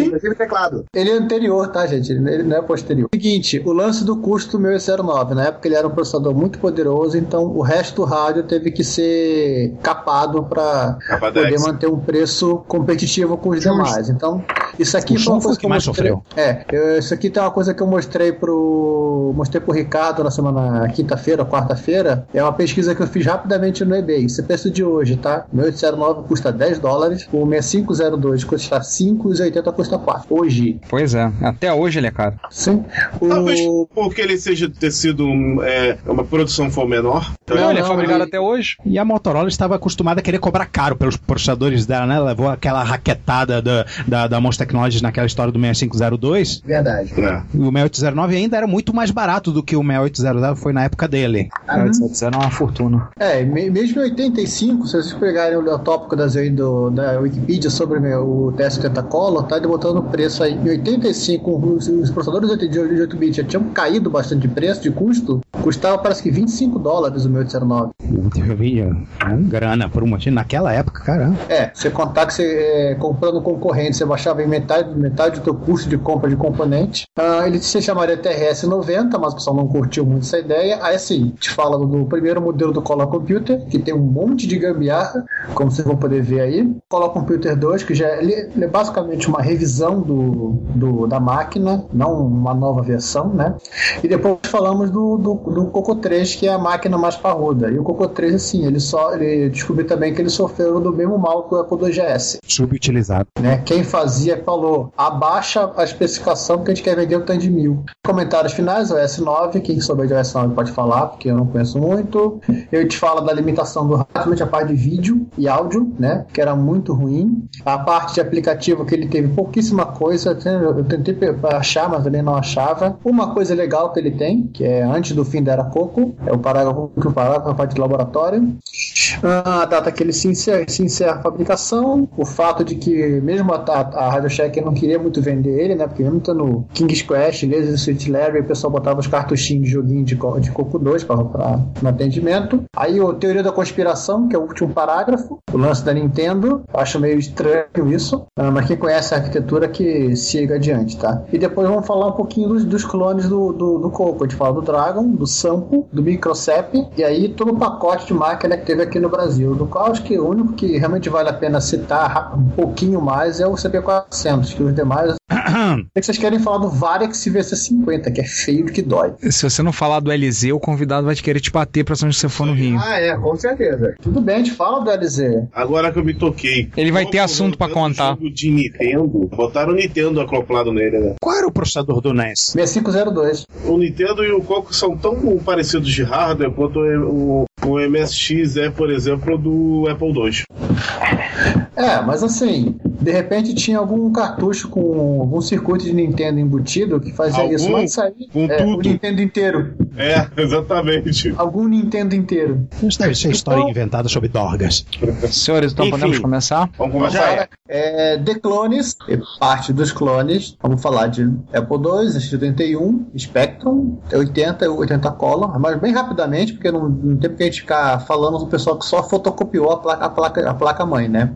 Speaker 9: inclusive teclado.
Speaker 5: Ele é anterior, tá, gente? Ele ele não é posterior. Seguinte, o lance do custo do 1009. Na época ele era um processador muito poderoso, então o resto do rádio teve que ser capado para
Speaker 6: Capadex.
Speaker 5: poder manter um preço competitivo com os demais. Então, isso aqui
Speaker 7: O
Speaker 5: foi uma
Speaker 7: som foi
Speaker 5: coisa
Speaker 7: o que
Speaker 5: que eu
Speaker 7: mais
Speaker 5: mostrei.
Speaker 7: sofreu.
Speaker 5: É, eu- isso aqui tem uma coisa que eu mostrei pro. Mostrei pro Ricardo na semana quinta-feira, ou quarta-feira. É uma pesquisa que eu fiz rapidamente no eBay. Isso é preço de hoje, tá? O 809 custa 10 dólares, o 6502 custa 5 e os 80 custa 4. Hoje.
Speaker 21: Pois é, até hoje ele é caro.
Speaker 5: Sim.
Speaker 6: Talvez porque ele seja ter sido um, é, uma produção for menor.
Speaker 21: é até hoje.
Speaker 7: E a Motorola estava acostumada a querer cobrar caro pelos processadores dela, né? Ela Levou aquela raquetada da, da, da Monster
Speaker 22: Technologies naquela história do 6502.
Speaker 23: Verdade.
Speaker 22: É.
Speaker 6: Né?
Speaker 22: O 6809 ainda era muito mais barato do que o 6800 foi na época dele.
Speaker 23: Ah,
Speaker 22: o 6800 era uma fortuna.
Speaker 5: É, me- mesmo em 85, se vocês pegarem o tópico das, aí do, da Wikipedia sobre meu- o teste Tentacola, tá botando o preço aí. Em 85, os, os processadores de 8 de 8 bits já tinham caído bastante de preço, de custo. Custava parece que 25 dólares o 6809.
Speaker 22: Eu vi, é, grana por um motivo. Naquela época, caramba.
Speaker 5: É, você contar que você é, comprando concorrente, você baixava em metade, metade do teu custo de compra de componente. Ah, ele se chamaria TRS-90, mas o pessoal não curtiu muito essa ideia. Aí assim, te fala do primeiro modelo do Color Computer, que tem um monte de gambiarra, como vocês vão poder ver aí. Color Computer 2, que já é, ele é basicamente uma revisão do, do- da máquina, não uma nova versão, né? E depois falamos do, do, do Coco 3, que é a máquina mais parruda. E o Coco 3, assim, ele só ele descobriu também que ele sofreu do mesmo mal que o Apple 2GS.
Speaker 22: Subutilizado.
Speaker 5: Né? Quem fazia falou, abaixa a especificação porque a gente quer vender o tanto de mil. Comentários finais, o S9, quem souber de S9 pode falar, porque eu não conheço muito. Eu te falo da limitação do realmente a parte de vídeo e áudio, né? Que era muito ruim. A parte de aplicativo que ele teve pouquíssima coisa, eu tentei- eu tentei pe- achar, mas também não achava. Uma coisa legal que ele tem, que é antes do fim da era Coco, é o parágrafo, o parágrafo a parte de laboratório. Ah, a data que ele se encerra, se encerra a fabricação, o fato de que mesmo a, a, a Radio Shack não queria muito vender ele, né? Porque mesmo estando King's Quest, Laser Street Larry, o pessoal botava os cartuchinhos de joguinho de, co- de Coco 2 para no atendimento. Aí o Teoria da Conspiração, que é o último parágrafo, o lance da Nintendo, eu acho meio estranho isso, ah, mas quem conhece a arquitetura que siga adiante, tá? E depois vamos falar um pouquinho dos, dos clones do, do, do Coco. A gente fala do Dragon, do Sampo, do Microcep, e aí todo o pacote de máquina que teve aqui no Brasil, do qual acho que o único que realmente vale a pena citar ra- um pouquinho mais é o CP400, que os demais... é que vocês querem falar do Varex VC50, que é feio que dói.
Speaker 7: Se você não falar do LZ, o convidado vai te querer te bater pra onde você for no Rio.
Speaker 5: Ah, é, com certeza. Tudo bem, a gente fala do LZ.
Speaker 6: Agora que eu me toquei.
Speaker 7: Ele vai ter assunto pra contar.
Speaker 6: O um de Nintendo. Botaram o Nintendo acoplado nele, né?
Speaker 22: Qual era o processador do NES?
Speaker 5: 6502.
Speaker 6: O Nintendo e o Coco são tão parecidos de hardware quanto o, o, o MSX é, por exemplo, do Apple II.
Speaker 5: É, mas assim, de repente tinha algum cartucho com algum circuito de Nintendo embutido que fazia
Speaker 6: Algum?
Speaker 5: isso, mas sair
Speaker 6: Com
Speaker 5: é,
Speaker 6: tudo?
Speaker 5: o Nintendo inteiro.
Speaker 6: É, exatamente.
Speaker 5: Algum Nintendo inteiro.
Speaker 22: Isso deve ser história
Speaker 5: Então-
Speaker 22: inventada sobre Dorgas.
Speaker 5: Senhores,
Speaker 22: então Enfim, podemos
Speaker 5: começar?
Speaker 6: Vamos
Speaker 5: começar. É, The Clones, é parte dos clones. Vamos falar de Apple II, X81, Spectrum, 80 e 80 Color, mas bem rapidamente, porque não, não tem porque a gente ficar falando do pessoal que só fotocopiou a placa, a placa, a placa mãe, né?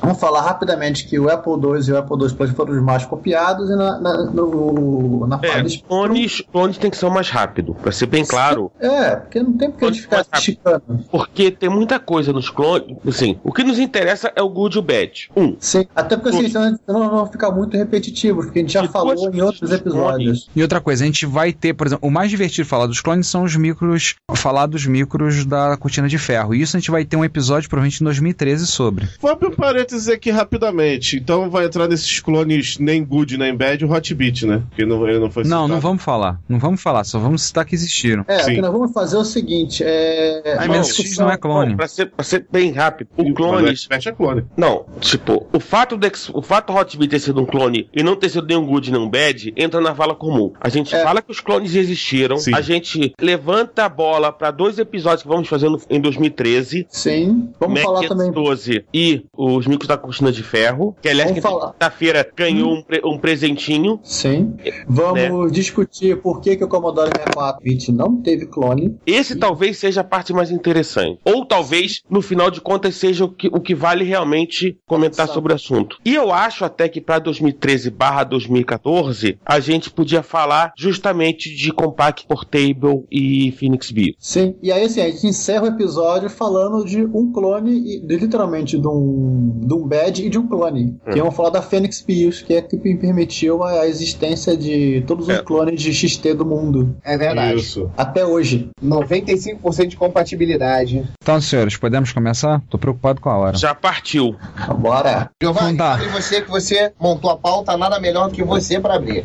Speaker 5: Vamos falar rapidamente que o Apple II e o Apple II Plus foram os mais copiados e na, na, no, na
Speaker 4: É,
Speaker 5: fase
Speaker 4: clones, clones tem que ser o mais rápido, pra ser bem claro.
Speaker 5: É, porque não tem porque a gente ficar esticando.
Speaker 4: Porque tem muita coisa nos clones. Assim, o que nos interessa é o good e o bad. Um.
Speaker 5: Sim, até porque assim, senão não vão ficar muito repetitivos, porque a gente já falou em outros episódios.
Speaker 7: E outra coisa, a gente vai ter, por exemplo, o mais divertido falar dos clones são os micros, falar dos micros da cortina de ferro. E isso a gente vai ter um episódio provavelmente em 2013 sobre.
Speaker 6: Vou abrir um parênteses aqui rapidamente. Então vai entrar nesses clones nem good nem bad o Hot Beat, né? Porque não, ele não foi
Speaker 7: Não, não
Speaker 6: citado.
Speaker 7: vamos falar. Não vamos falar, só vamos citar que existiram.
Speaker 5: É, o que nós vamos fazer é o seguinte: é.
Speaker 4: Mas
Speaker 5: uma
Speaker 4: MSX
Speaker 5: discussão-
Speaker 7: não é clone.
Speaker 4: Pra ser, pra ser bem rápido, o clone.
Speaker 6: Mas o Xpert é clone.
Speaker 4: Não, tipo, o fato do X- o fato do Hot Wheels ter sido um clone e não ter sido nenhum good nem um bad entra na vala comum. A gente
Speaker 5: É.
Speaker 4: fala que os clones existiram, a gente levanta a bola pra dois episódios que vamos fazer no- em 2013.
Speaker 5: Sim, vamos
Speaker 4: Mac
Speaker 5: falar também.
Speaker 4: 12 e os micros da cortina de ferro, que aliás, que sexta-feira
Speaker 5: Hum.
Speaker 4: ganhou um, pre- um presentinho.
Speaker 5: Sim.
Speaker 6: Né?
Speaker 5: Vamos discutir por que, que o Commodore 64 bit não teve clone.
Speaker 4: Esse talvez seja a parte mais interessante. Ou talvez, no final de contas, seja o que, o que vale realmente comentar sobre o assunto. E eu acho até que para 2013 barra 2014, a gente podia falar justamente de Compact Portable e Phoenix Bio.
Speaker 5: Sim. E aí, assim, a gente encerra o episódio falando de um clone, e, de- literalmente de um, de um bad e de um clone.
Speaker 4: Hum.
Speaker 5: Que vamos falar da Fênix Pius, que é que permitiu a, a existência de todos os clones de XT do mundo.
Speaker 9: É verdade.
Speaker 6: Isso.
Speaker 5: Até hoje.
Speaker 9: 95% de compatibilidade.
Speaker 7: Então, senhores, podemos começar? Tô preocupado com a hora.
Speaker 4: Já partiu.
Speaker 5: Bora.
Speaker 9: Giovanni,
Speaker 7: Então tá.
Speaker 9: abre você que você montou a pauta, nada melhor do que você pra abrir.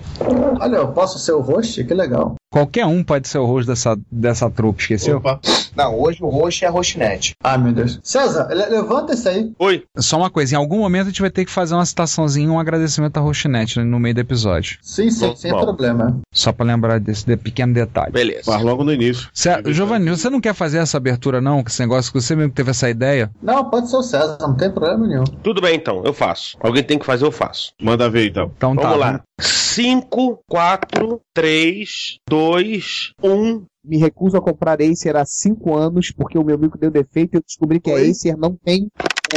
Speaker 5: Olha, eu posso ser o host? Que legal.
Speaker 7: Qualquer um pode ser o rosto dessa, dessa trupe, esqueceu?
Speaker 24: Opa. Não, hoje o roxo é a Roxinete.
Speaker 6: Ah, meu Deus. César, le- levanta isso aí.
Speaker 4: Oi.
Speaker 7: Só uma coisa, em algum momento a gente vai ter que fazer uma citaçãozinha, um agradecimento à Roxinete no meio do episódio.
Speaker 6: Sim, sim, sem problema.
Speaker 7: Só pra lembrar desse de- pequeno detalhe.
Speaker 4: Beleza.
Speaker 7: Mas
Speaker 25: logo no início.
Speaker 7: Giovanni, você não quer fazer essa abertura não? Que esse negócio que você mesmo teve essa ideia?
Speaker 6: Não, pode ser o César, não tem problema nenhum.
Speaker 4: Tudo bem então, eu faço. Alguém tem que fazer, eu faço.
Speaker 25: Manda ver então.
Speaker 7: Então
Speaker 4: Vamos
Speaker 7: tá.
Speaker 4: lá. 5, 4, 3, 2, 1.
Speaker 26: Me recuso a comprar Acer há 5 anos porque o meu amigo deu defeito e eu descobri que a Acer não tem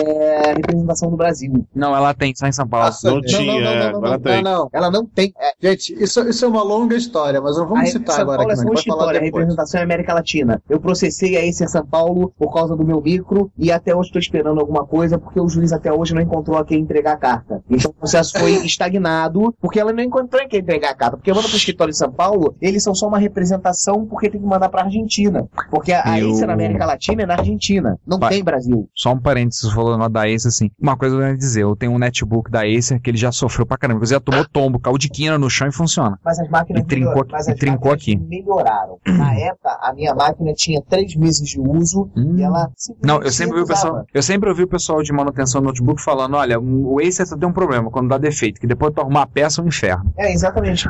Speaker 26: é, representação no Brasil.
Speaker 27: Não, ela tem, só em São Paulo.
Speaker 6: Não tinha, é, não, não, não, não, não, não.
Speaker 26: Ela não tem.
Speaker 6: É, gente, isso, isso é uma longa história, mas não vamos citar
Speaker 26: São
Speaker 6: agora
Speaker 26: Paulo é
Speaker 6: aqui,
Speaker 26: só
Speaker 6: não,
Speaker 26: uma
Speaker 6: vai falar
Speaker 26: história, a
Speaker 6: depois.
Speaker 26: representação é América Latina. Eu processei a Acer São Paulo por causa do meu micro e até hoje estou esperando alguma coisa porque o juiz até hoje não encontrou a quem entregar a carta. Então o processo foi estagnado porque ela não encontrou em quem entregar a carta. Porque manda para o escritório de São Paulo, eles são só uma representação porque tem que mandar para Argentina. Porque a
Speaker 7: Eu-
Speaker 26: Acer na América Latina é na Argentina, não
Speaker 7: Pa-
Speaker 26: tem Brasil.
Speaker 7: Só um parênteses, você falou da Acer, assim. Uma coisa eu ia dizer, eu tenho um netbook da Acer que ele já sofreu pra caramba. Inclusive, já tomou tombo, caiu de quina no chão e funciona.
Speaker 26: Mas as máquinas
Speaker 7: E trincou,
Speaker 26: melhoram,
Speaker 7: aqui-
Speaker 26: mas
Speaker 7: e
Speaker 26: as
Speaker 7: trincou aqui.
Speaker 26: melhoraram.
Speaker 9: Hum.
Speaker 26: Na época, a minha máquina tinha três meses de uso
Speaker 9: Hum.
Speaker 26: e ela
Speaker 7: Hum. Não, eu sempre, ouvi o pessoal, eu sempre ouvi o pessoal de manutenção do notebook falando: olha, o Acer só tem um problema quando dá defeito, que depois tu arrumar a peça é um inferno.
Speaker 26: É, exatamente.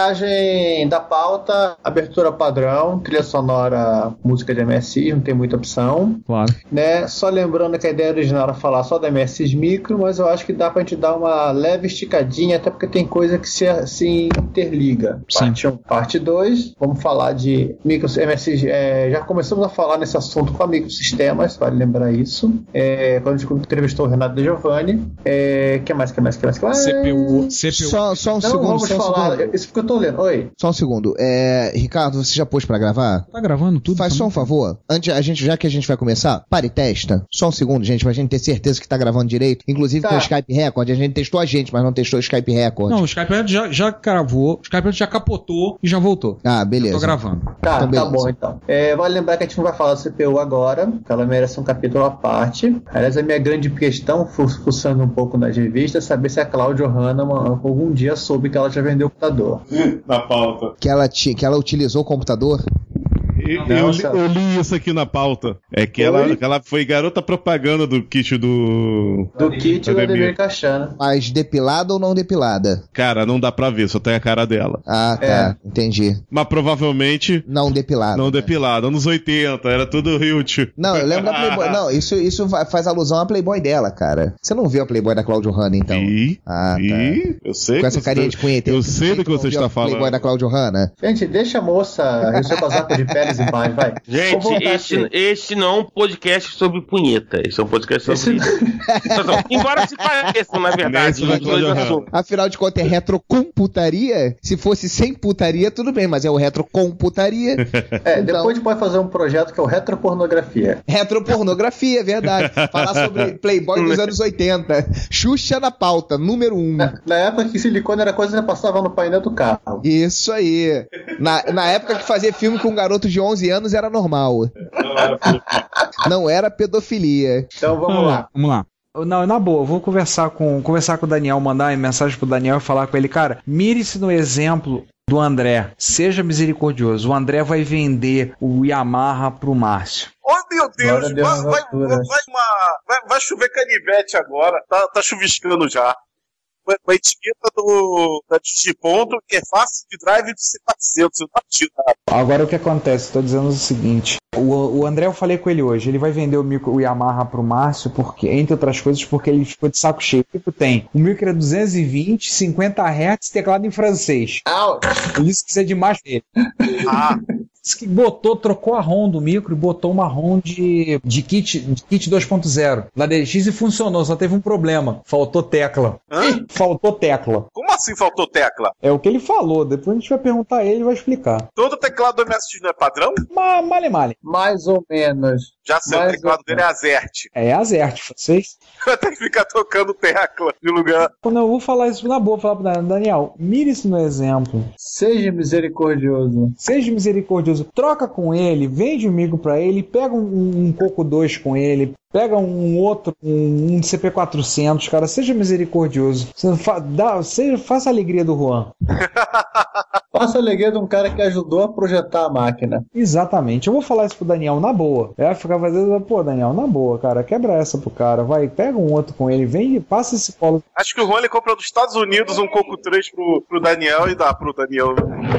Speaker 6: Passagem da pauta, abertura padrão, trilha sonora, música de MSI, não tem muita opção.
Speaker 7: Claro.
Speaker 6: Né? Só lembrando que a ideia original era falar só da MSI micro, mas eu acho que dá pra gente dar uma leve esticadinha, até porque tem coisa que se, se interliga. Parte 1, parte 2, vamos falar de micro MSI. é, já começamos a falar nesse assunto com a microsistemas, vale lembrar isso. É, quando a gente entrevistou o Renato De Giovanni. É, que mais, que mais, que mais, que mais?
Speaker 9: CPU, CPU. Só- só um
Speaker 5: Então,
Speaker 6: Não,
Speaker 9: segundo,
Speaker 6: vamos
Speaker 9: só um
Speaker 6: falar,
Speaker 9: segundo.
Speaker 6: isso porque eu tô lendo. Oi.
Speaker 9: Só um segundo. É, Ricardo, você já pôs pra gravar?
Speaker 7: Tá gravando tudo?
Speaker 9: Faz só um favor. Antes, a gente, já que a gente vai começar, para e testa. Só um segundo, gente, pra gente ter certeza que tá gravando direito. Inclusive com o Skype Record. A gente testou a gente, mas não testou o Skype Record.
Speaker 5: Não, o Skype Red já, já gravou, o Skype Red já capotou e já voltou.
Speaker 9: Ah, beleza.
Speaker 5: Eu tô gravando.
Speaker 6: Tá,
Speaker 9: Então,
Speaker 6: tá
Speaker 9: beleza.
Speaker 6: bom então. É, vale lembrar que a gente não vai falar do CPU agora, porque ela merece um capítulo à parte. Aliás, a minha grande questão, fu- fuçando um pouco nas revistas, é saber se a Cláudia Hanna uma- algum dia soube que ela já vendeu o computador.
Speaker 28: Na pauta.
Speaker 9: Que ela, ti- que ela utilizou o computador?
Speaker 28: E-
Speaker 9: Não,
Speaker 28: eu, li,
Speaker 9: Celso.
Speaker 28: eu li isso aqui na pauta. É que ela, que ela foi garota propaganda do kit do.
Speaker 6: Do kit
Speaker 28: do
Speaker 6: Ademir Caixana.
Speaker 9: Mas depilada ou não depilada?
Speaker 28: Cara, não dá pra ver, só tem a cara dela.
Speaker 9: Ah, tá. Entendi.
Speaker 28: Mas provavelmente.
Speaker 9: Não depilada.
Speaker 28: Não depilada. Anos 80, era tudo Hilt.
Speaker 9: Não, eu lembro da Playboy. Não, isso, isso va- faz alusão à Playboy dela, cara. Você não viu a Playboy da Claudio Hanna, então?
Speaker 28: Ih,
Speaker 9: ah, tá.
Speaker 28: eu sei.
Speaker 9: Com
Speaker 28: que
Speaker 9: essa
Speaker 28: você
Speaker 9: carinha
Speaker 28: tá-
Speaker 9: de punheta.
Speaker 28: Eu sei do que você está
Speaker 9: Playboy
Speaker 28: falando.
Speaker 9: da Claudio Hanna.
Speaker 6: Gente, deixa a moça e o seu casaco de peles em paz, vai. Vou
Speaker 4: Gente,
Speaker 6: voltar
Speaker 4: esse,
Speaker 6: aqui.
Speaker 4: esse não é um podcast sobre punheta. Esse é um podcast sobre. Não, não. Embora se pareçam, na verdade, os dois assuntos.
Speaker 9: Afinal de contas, é retrocomputaria? Se fosse sem putaria, tudo bem, mas é o retrocomputaria.
Speaker 6: É, depois a gente pode fazer um projeto que é o Retropornografia.
Speaker 9: Retropornografia, é verdade. Falar sobre Playboy dos anos 80. Xuxa na pauta, número 1. Um.
Speaker 6: Na época que silicone era coisa que passava no painel do carro.
Speaker 9: Isso aí. Na, na época que fazer filme com um garoto de 11 anos era normal. Não era pedofilia.
Speaker 6: Então
Speaker 5: Ah,
Speaker 7: Vamos lá. Não, na boa, eu vou conversar com, conversar com o Daniel, mandar uma mensagem pro Daniel e falar com ele, cara, mire-se no exemplo do André, seja misericordioso. O André vai vender o Yamaha pro Márcio.
Speaker 29: Oh, meu Deus,
Speaker 7: Glória a Deus,
Speaker 29: vai, vai, vai uma, vai, vai chover canivete agora, tá, tá chuviscando já. Com a- com a etiqueta do, da Digiponto, que é fácil de drive de 400, eu não tiro nada.
Speaker 7: Agora o que acontece? Estou dizendo o seguinte: o, o André, eu falei com ele hoje, ele vai vender o, micro, o Yamaha pro Márcio, porque, entre outras coisas, porque ele ficou de saco cheio. O que tu tem? O micro é 220, 50 Hz, teclado em francês.
Speaker 5: Ah,
Speaker 7: Por isso que você é demais dele.
Speaker 29: Ah.
Speaker 7: Diz que botou, trocou a ROM do micro e botou uma ROM de, de kit, de kit 2.0 da DX e funcionou, só teve um problema. Faltou tecla. Faltou tecla.
Speaker 29: Como assim faltou tecla?
Speaker 7: É o que ele falou, depois a gente vai perguntar a ele e ele vai explicar.
Speaker 29: Todo teclado do MSX não é padrão?
Speaker 7: Mas, Ah, male, male.
Speaker 6: Mais ou menos.
Speaker 29: Já sei, o teclado dele é azerte.
Speaker 7: É Azerte, vocês.
Speaker 29: Vai ter que ficar tocando tecla de lugar.
Speaker 7: Quando eu vou falar isso na boa, vou falar pro Daniel, Daniel, mire isso no exemplo.
Speaker 6: Seja misericordioso.
Speaker 7: Seja misericordioso. Troca com ele, vende o migo pra ele, pega um, um Coco 2 com ele, pega um outro, um, um CP400, cara. Seja misericordioso. Você fa- dá- seja, faça a alegria do Juan.
Speaker 5: Faça a alegria de um cara que ajudou a projetar a máquina.
Speaker 7: Exatamente. Eu vou falar isso pro Daniel na boa. Eu ia ficar fazendo, pô, Daniel, na boa, cara, quebra essa pro cara. Vai, pega um outro com ele, vem e passa esse colo.
Speaker 6: Acho que o Rony comprou dos Estados Unidos um Coco 3 pro, pro Daniel e dá pro Daniel.
Speaker 4: Né,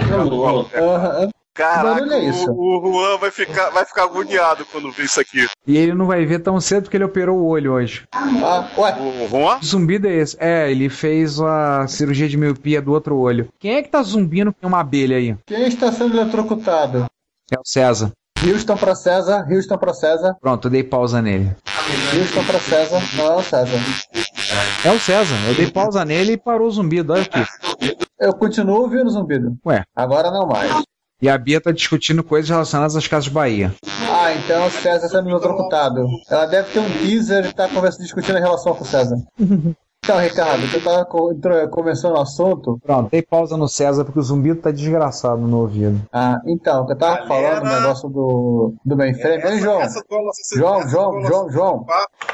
Speaker 6: Caraca,
Speaker 5: barulho é isso?
Speaker 6: o, o Juan vai ficar, vai ficar agoniado quando ver isso aqui.
Speaker 7: E ele não vai ver tão cedo porque ele operou o olho hoje.
Speaker 5: ah,
Speaker 6: O Juan?
Speaker 7: Que zumbido é esse? É, ele fez a cirurgia de miopia do outro olho. Quem é que tá zumbindo com uma abelha aí?
Speaker 5: Quem está sendo eletrocutado?
Speaker 7: É o César.
Speaker 5: Houston pra César, Houston pra César,
Speaker 7: Pronto, eu dei pausa nele.
Speaker 5: Houston pra César, não é o César.
Speaker 7: É o César. Eu dei pausa nele e parou o zumbido. Olha aqui.
Speaker 5: Eu continuo ouvindo zumbido.
Speaker 7: Ué.
Speaker 5: Agora não mais.
Speaker 7: E a Bia tá discutindo coisas relacionadas às Casas Bahia.
Speaker 5: Ah, então o César sendo eletrocutado. Ela deve ter um teaser e tá conversando, discutindo a relação com o César. Então, Ricardo, você tava co- intro- começando o assunto.
Speaker 7: Pronto, dei pausa no César porque o zumbido tá desgraçado no ouvido.
Speaker 5: Ah, então, que eu tava falando do negócio do, do mainframe. Hein, João? João, João, João, João.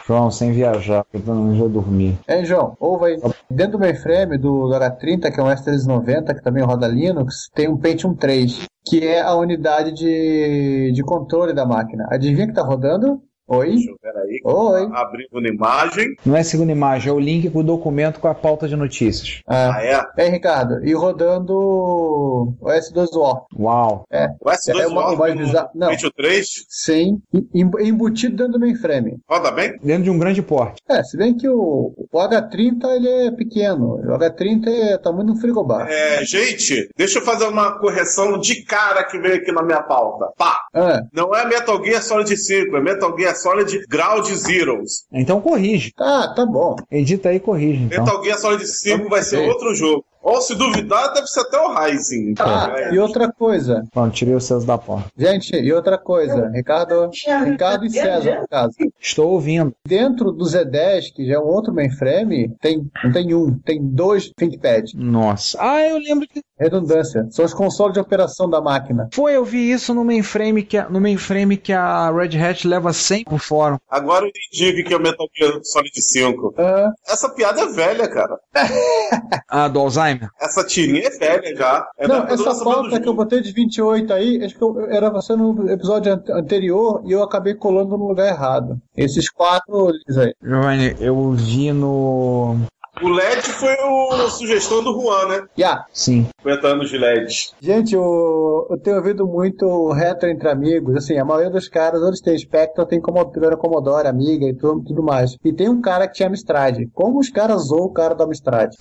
Speaker 7: João, sem viajar, eu não vou dormir.
Speaker 5: Hein, João? Ouve aí. Dentro do mainframe do, do H30, que é um S390, que também é roda Linux, tem um Pentium 3, que é a unidade de, de controle da máquina. Adivinha que tá rodando? Oi?
Speaker 6: assim, Peraí.
Speaker 5: Oi.
Speaker 6: Tá Abrindo uma imagem.
Speaker 7: Não é segunda imagem, é o link com o documento com a pauta de notícias.
Speaker 5: Ah, é? Ricardo. E rodando o S2 War.
Speaker 7: Uau.
Speaker 5: É.
Speaker 6: O S2
Speaker 5: é uma
Speaker 6: War
Speaker 5: imagem
Speaker 6: no-
Speaker 5: bizarra. Não.
Speaker 6: 23?
Speaker 5: Sim. Em- Embutido dentro do mainframe.
Speaker 6: Roda bem?
Speaker 7: Dentro de um grande porte.
Speaker 5: É, se bem que o, o H30 ele é pequeno. O H30 é tamanho de um frigobar.
Speaker 6: É, gente, deixa eu fazer uma correção de cara que veio aqui na minha pauta. Pá!
Speaker 5: Ah.
Speaker 6: Não é Metal Gear Solid 5, é Metal Gear Solid Ground Zeroes.
Speaker 7: Então corrige.
Speaker 5: Tá, tá bom.
Speaker 7: Edita aí e corrige. Então.
Speaker 6: Metal Gear Solid 5 vai ser outro jogo. Ou se duvidar, deve ser até o Rising. É.
Speaker 5: Ah, e outra coisa.
Speaker 7: Pronto, tirei o César da porta.
Speaker 5: Gente, e outra coisa, Ricardo, Ricardo e César, no caso.
Speaker 7: Estou ouvindo.
Speaker 5: Dentro do Z10, que já é um outro mainframe, tem, não tem um, tem dois ThinkPad.
Speaker 7: Nossa. Ah, eu lembro que.
Speaker 5: Redundância. São os consoles de operação da máquina.
Speaker 7: Foi, eu vi isso no mainframe que a, no mainframe que a Red Hat leva 100 pro fórum.
Speaker 6: Agora eu entendi o que é o Metal Gear Solid 5. Essa piada é velha, cara.
Speaker 7: Ah, do Alzheimer?
Speaker 6: Essa tirinha é velha já. É
Speaker 5: não,
Speaker 6: da- do
Speaker 5: essa
Speaker 6: lançamento do
Speaker 5: pauta que eu botei de 28 aí, acho que eu, era você no episódio an- anterior e eu acabei colando no lugar errado. Esses quatro links aí.
Speaker 7: Giovanni, eu vi no.
Speaker 6: O LED foi o- a sugestão do Juan, né?
Speaker 5: Yeah.
Speaker 7: Sim.
Speaker 6: 50 anos de LED.
Speaker 5: Gente, eu, eu tenho ouvido muito retro entre amigos. Assim, a maioria dos caras, ou eles têm Spectra, tem como primeiro Commodore, Amiga e tudo, tudo mais. E tem um cara que tinha Amstrad. Como os caras zoam o cara da Amstrad?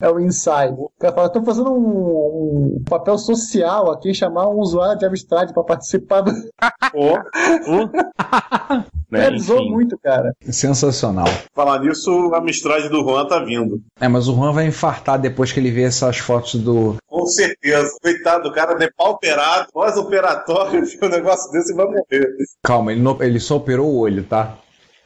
Speaker 5: é o Inside. O cara fala, tô fazendo um, um papel social aqui, chamar um usuário de Amstrad pra participar do...
Speaker 6: Né,
Speaker 5: Ele zoou
Speaker 6: enfim.
Speaker 5: muito, cara.
Speaker 7: Sensacional.
Speaker 6: Falar nisso, a mistragem do Juan tá vindo.
Speaker 7: É, mas o Juan vai infartar depois que ele vê essas fotos do.
Speaker 6: Com certeza. Coitado do cara, é depauperado, pós-operatório, viu um negócio desse e vai morrer.
Speaker 7: Calma, ele, no- ele só operou o olho, tá?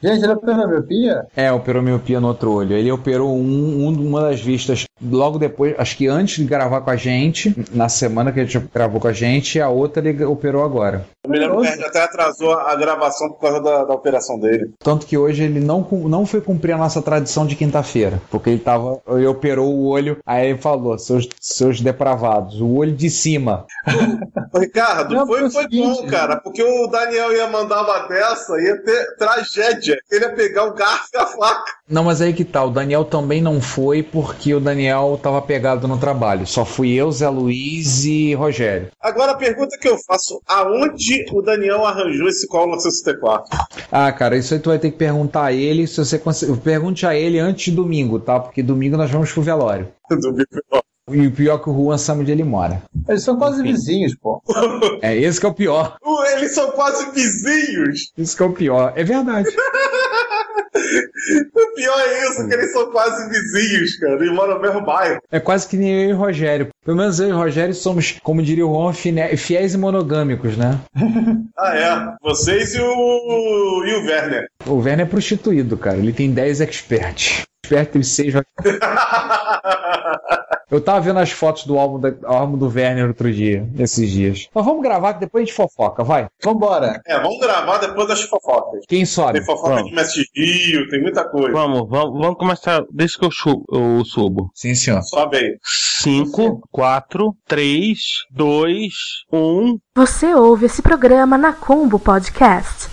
Speaker 5: Gente, ele operou miopia?
Speaker 7: É, operou miopia no outro olho. Ele operou um, um- uma das vistas logo depois, acho que antes de gravar com a gente, na semana que a gente gravou com a gente, e a outra ele operou agora.
Speaker 6: Eu me lembro que a gente até atrasou a gravação por causa da, da operação dele.
Speaker 7: Tanto que hoje ele não, cum- não foi cumprir a nossa tradição de quinta-feira, porque ele tava. Ele operou o olho, aí ele falou, seus, seus depravados, o olho de cima.
Speaker 6: Ricardo, foi, foi bom, cara, porque o Daniel ia mandar uma dessa, ia ter tragédia. Ele ia pegar o garfo e a faca.
Speaker 7: Não, mas aí que tá, o Daniel também não foi porque o Daniel tava pegado no trabalho. Só fui eu, Zé Luiz e Rogério.
Speaker 6: Agora a pergunta que eu faço: aonde o Daniel arranjou esse colo 964?
Speaker 7: Ah, cara, isso aí tu vai ter que perguntar a ele se você consegue. Pergunte a ele antes de domingo, tá? Porque domingo nós vamos pro velório. E o pior é que o Juan sabe onde ele mora.
Speaker 5: Eles são quase vizinhos, pô.
Speaker 7: É esse que é o pior.
Speaker 6: Eles são quase vizinhos.
Speaker 7: Isso que é o pior. É verdade.
Speaker 6: O pior é isso, que eles são quase vizinhos, cara. Eles moram no mesmo bairro.
Speaker 7: É quase que nem eu e o Rogério. Pelo menos eu e o Rogério somos, como diria o Juan, fine- fiéis e monogâmicos, né?
Speaker 6: Ah, é. Vocês e o, e o Werner.
Speaker 7: O Werner é prostituído, cara. Ele tem 10 experts. Expert teve 6 Eu tava vendo as fotos do álbum, da- álbum do Werner outro dia, esses dias. Mas vamos gravar que depois a gente fofoca, vai.
Speaker 5: Vambora.
Speaker 6: É, vamos gravar depois das fofocas.
Speaker 7: Quem sobe?
Speaker 6: Tem fofoca de Mestre Rio, tem muita coisa.
Speaker 4: Vamos, vamos, vamos começar. Deixa que eu, chu- eu subo.
Speaker 7: Sim, senhor.
Speaker 6: Sobe aí.
Speaker 4: 5, 4, 3, 2, 1.
Speaker 1: Você ouve esse programa na Combo Podcast.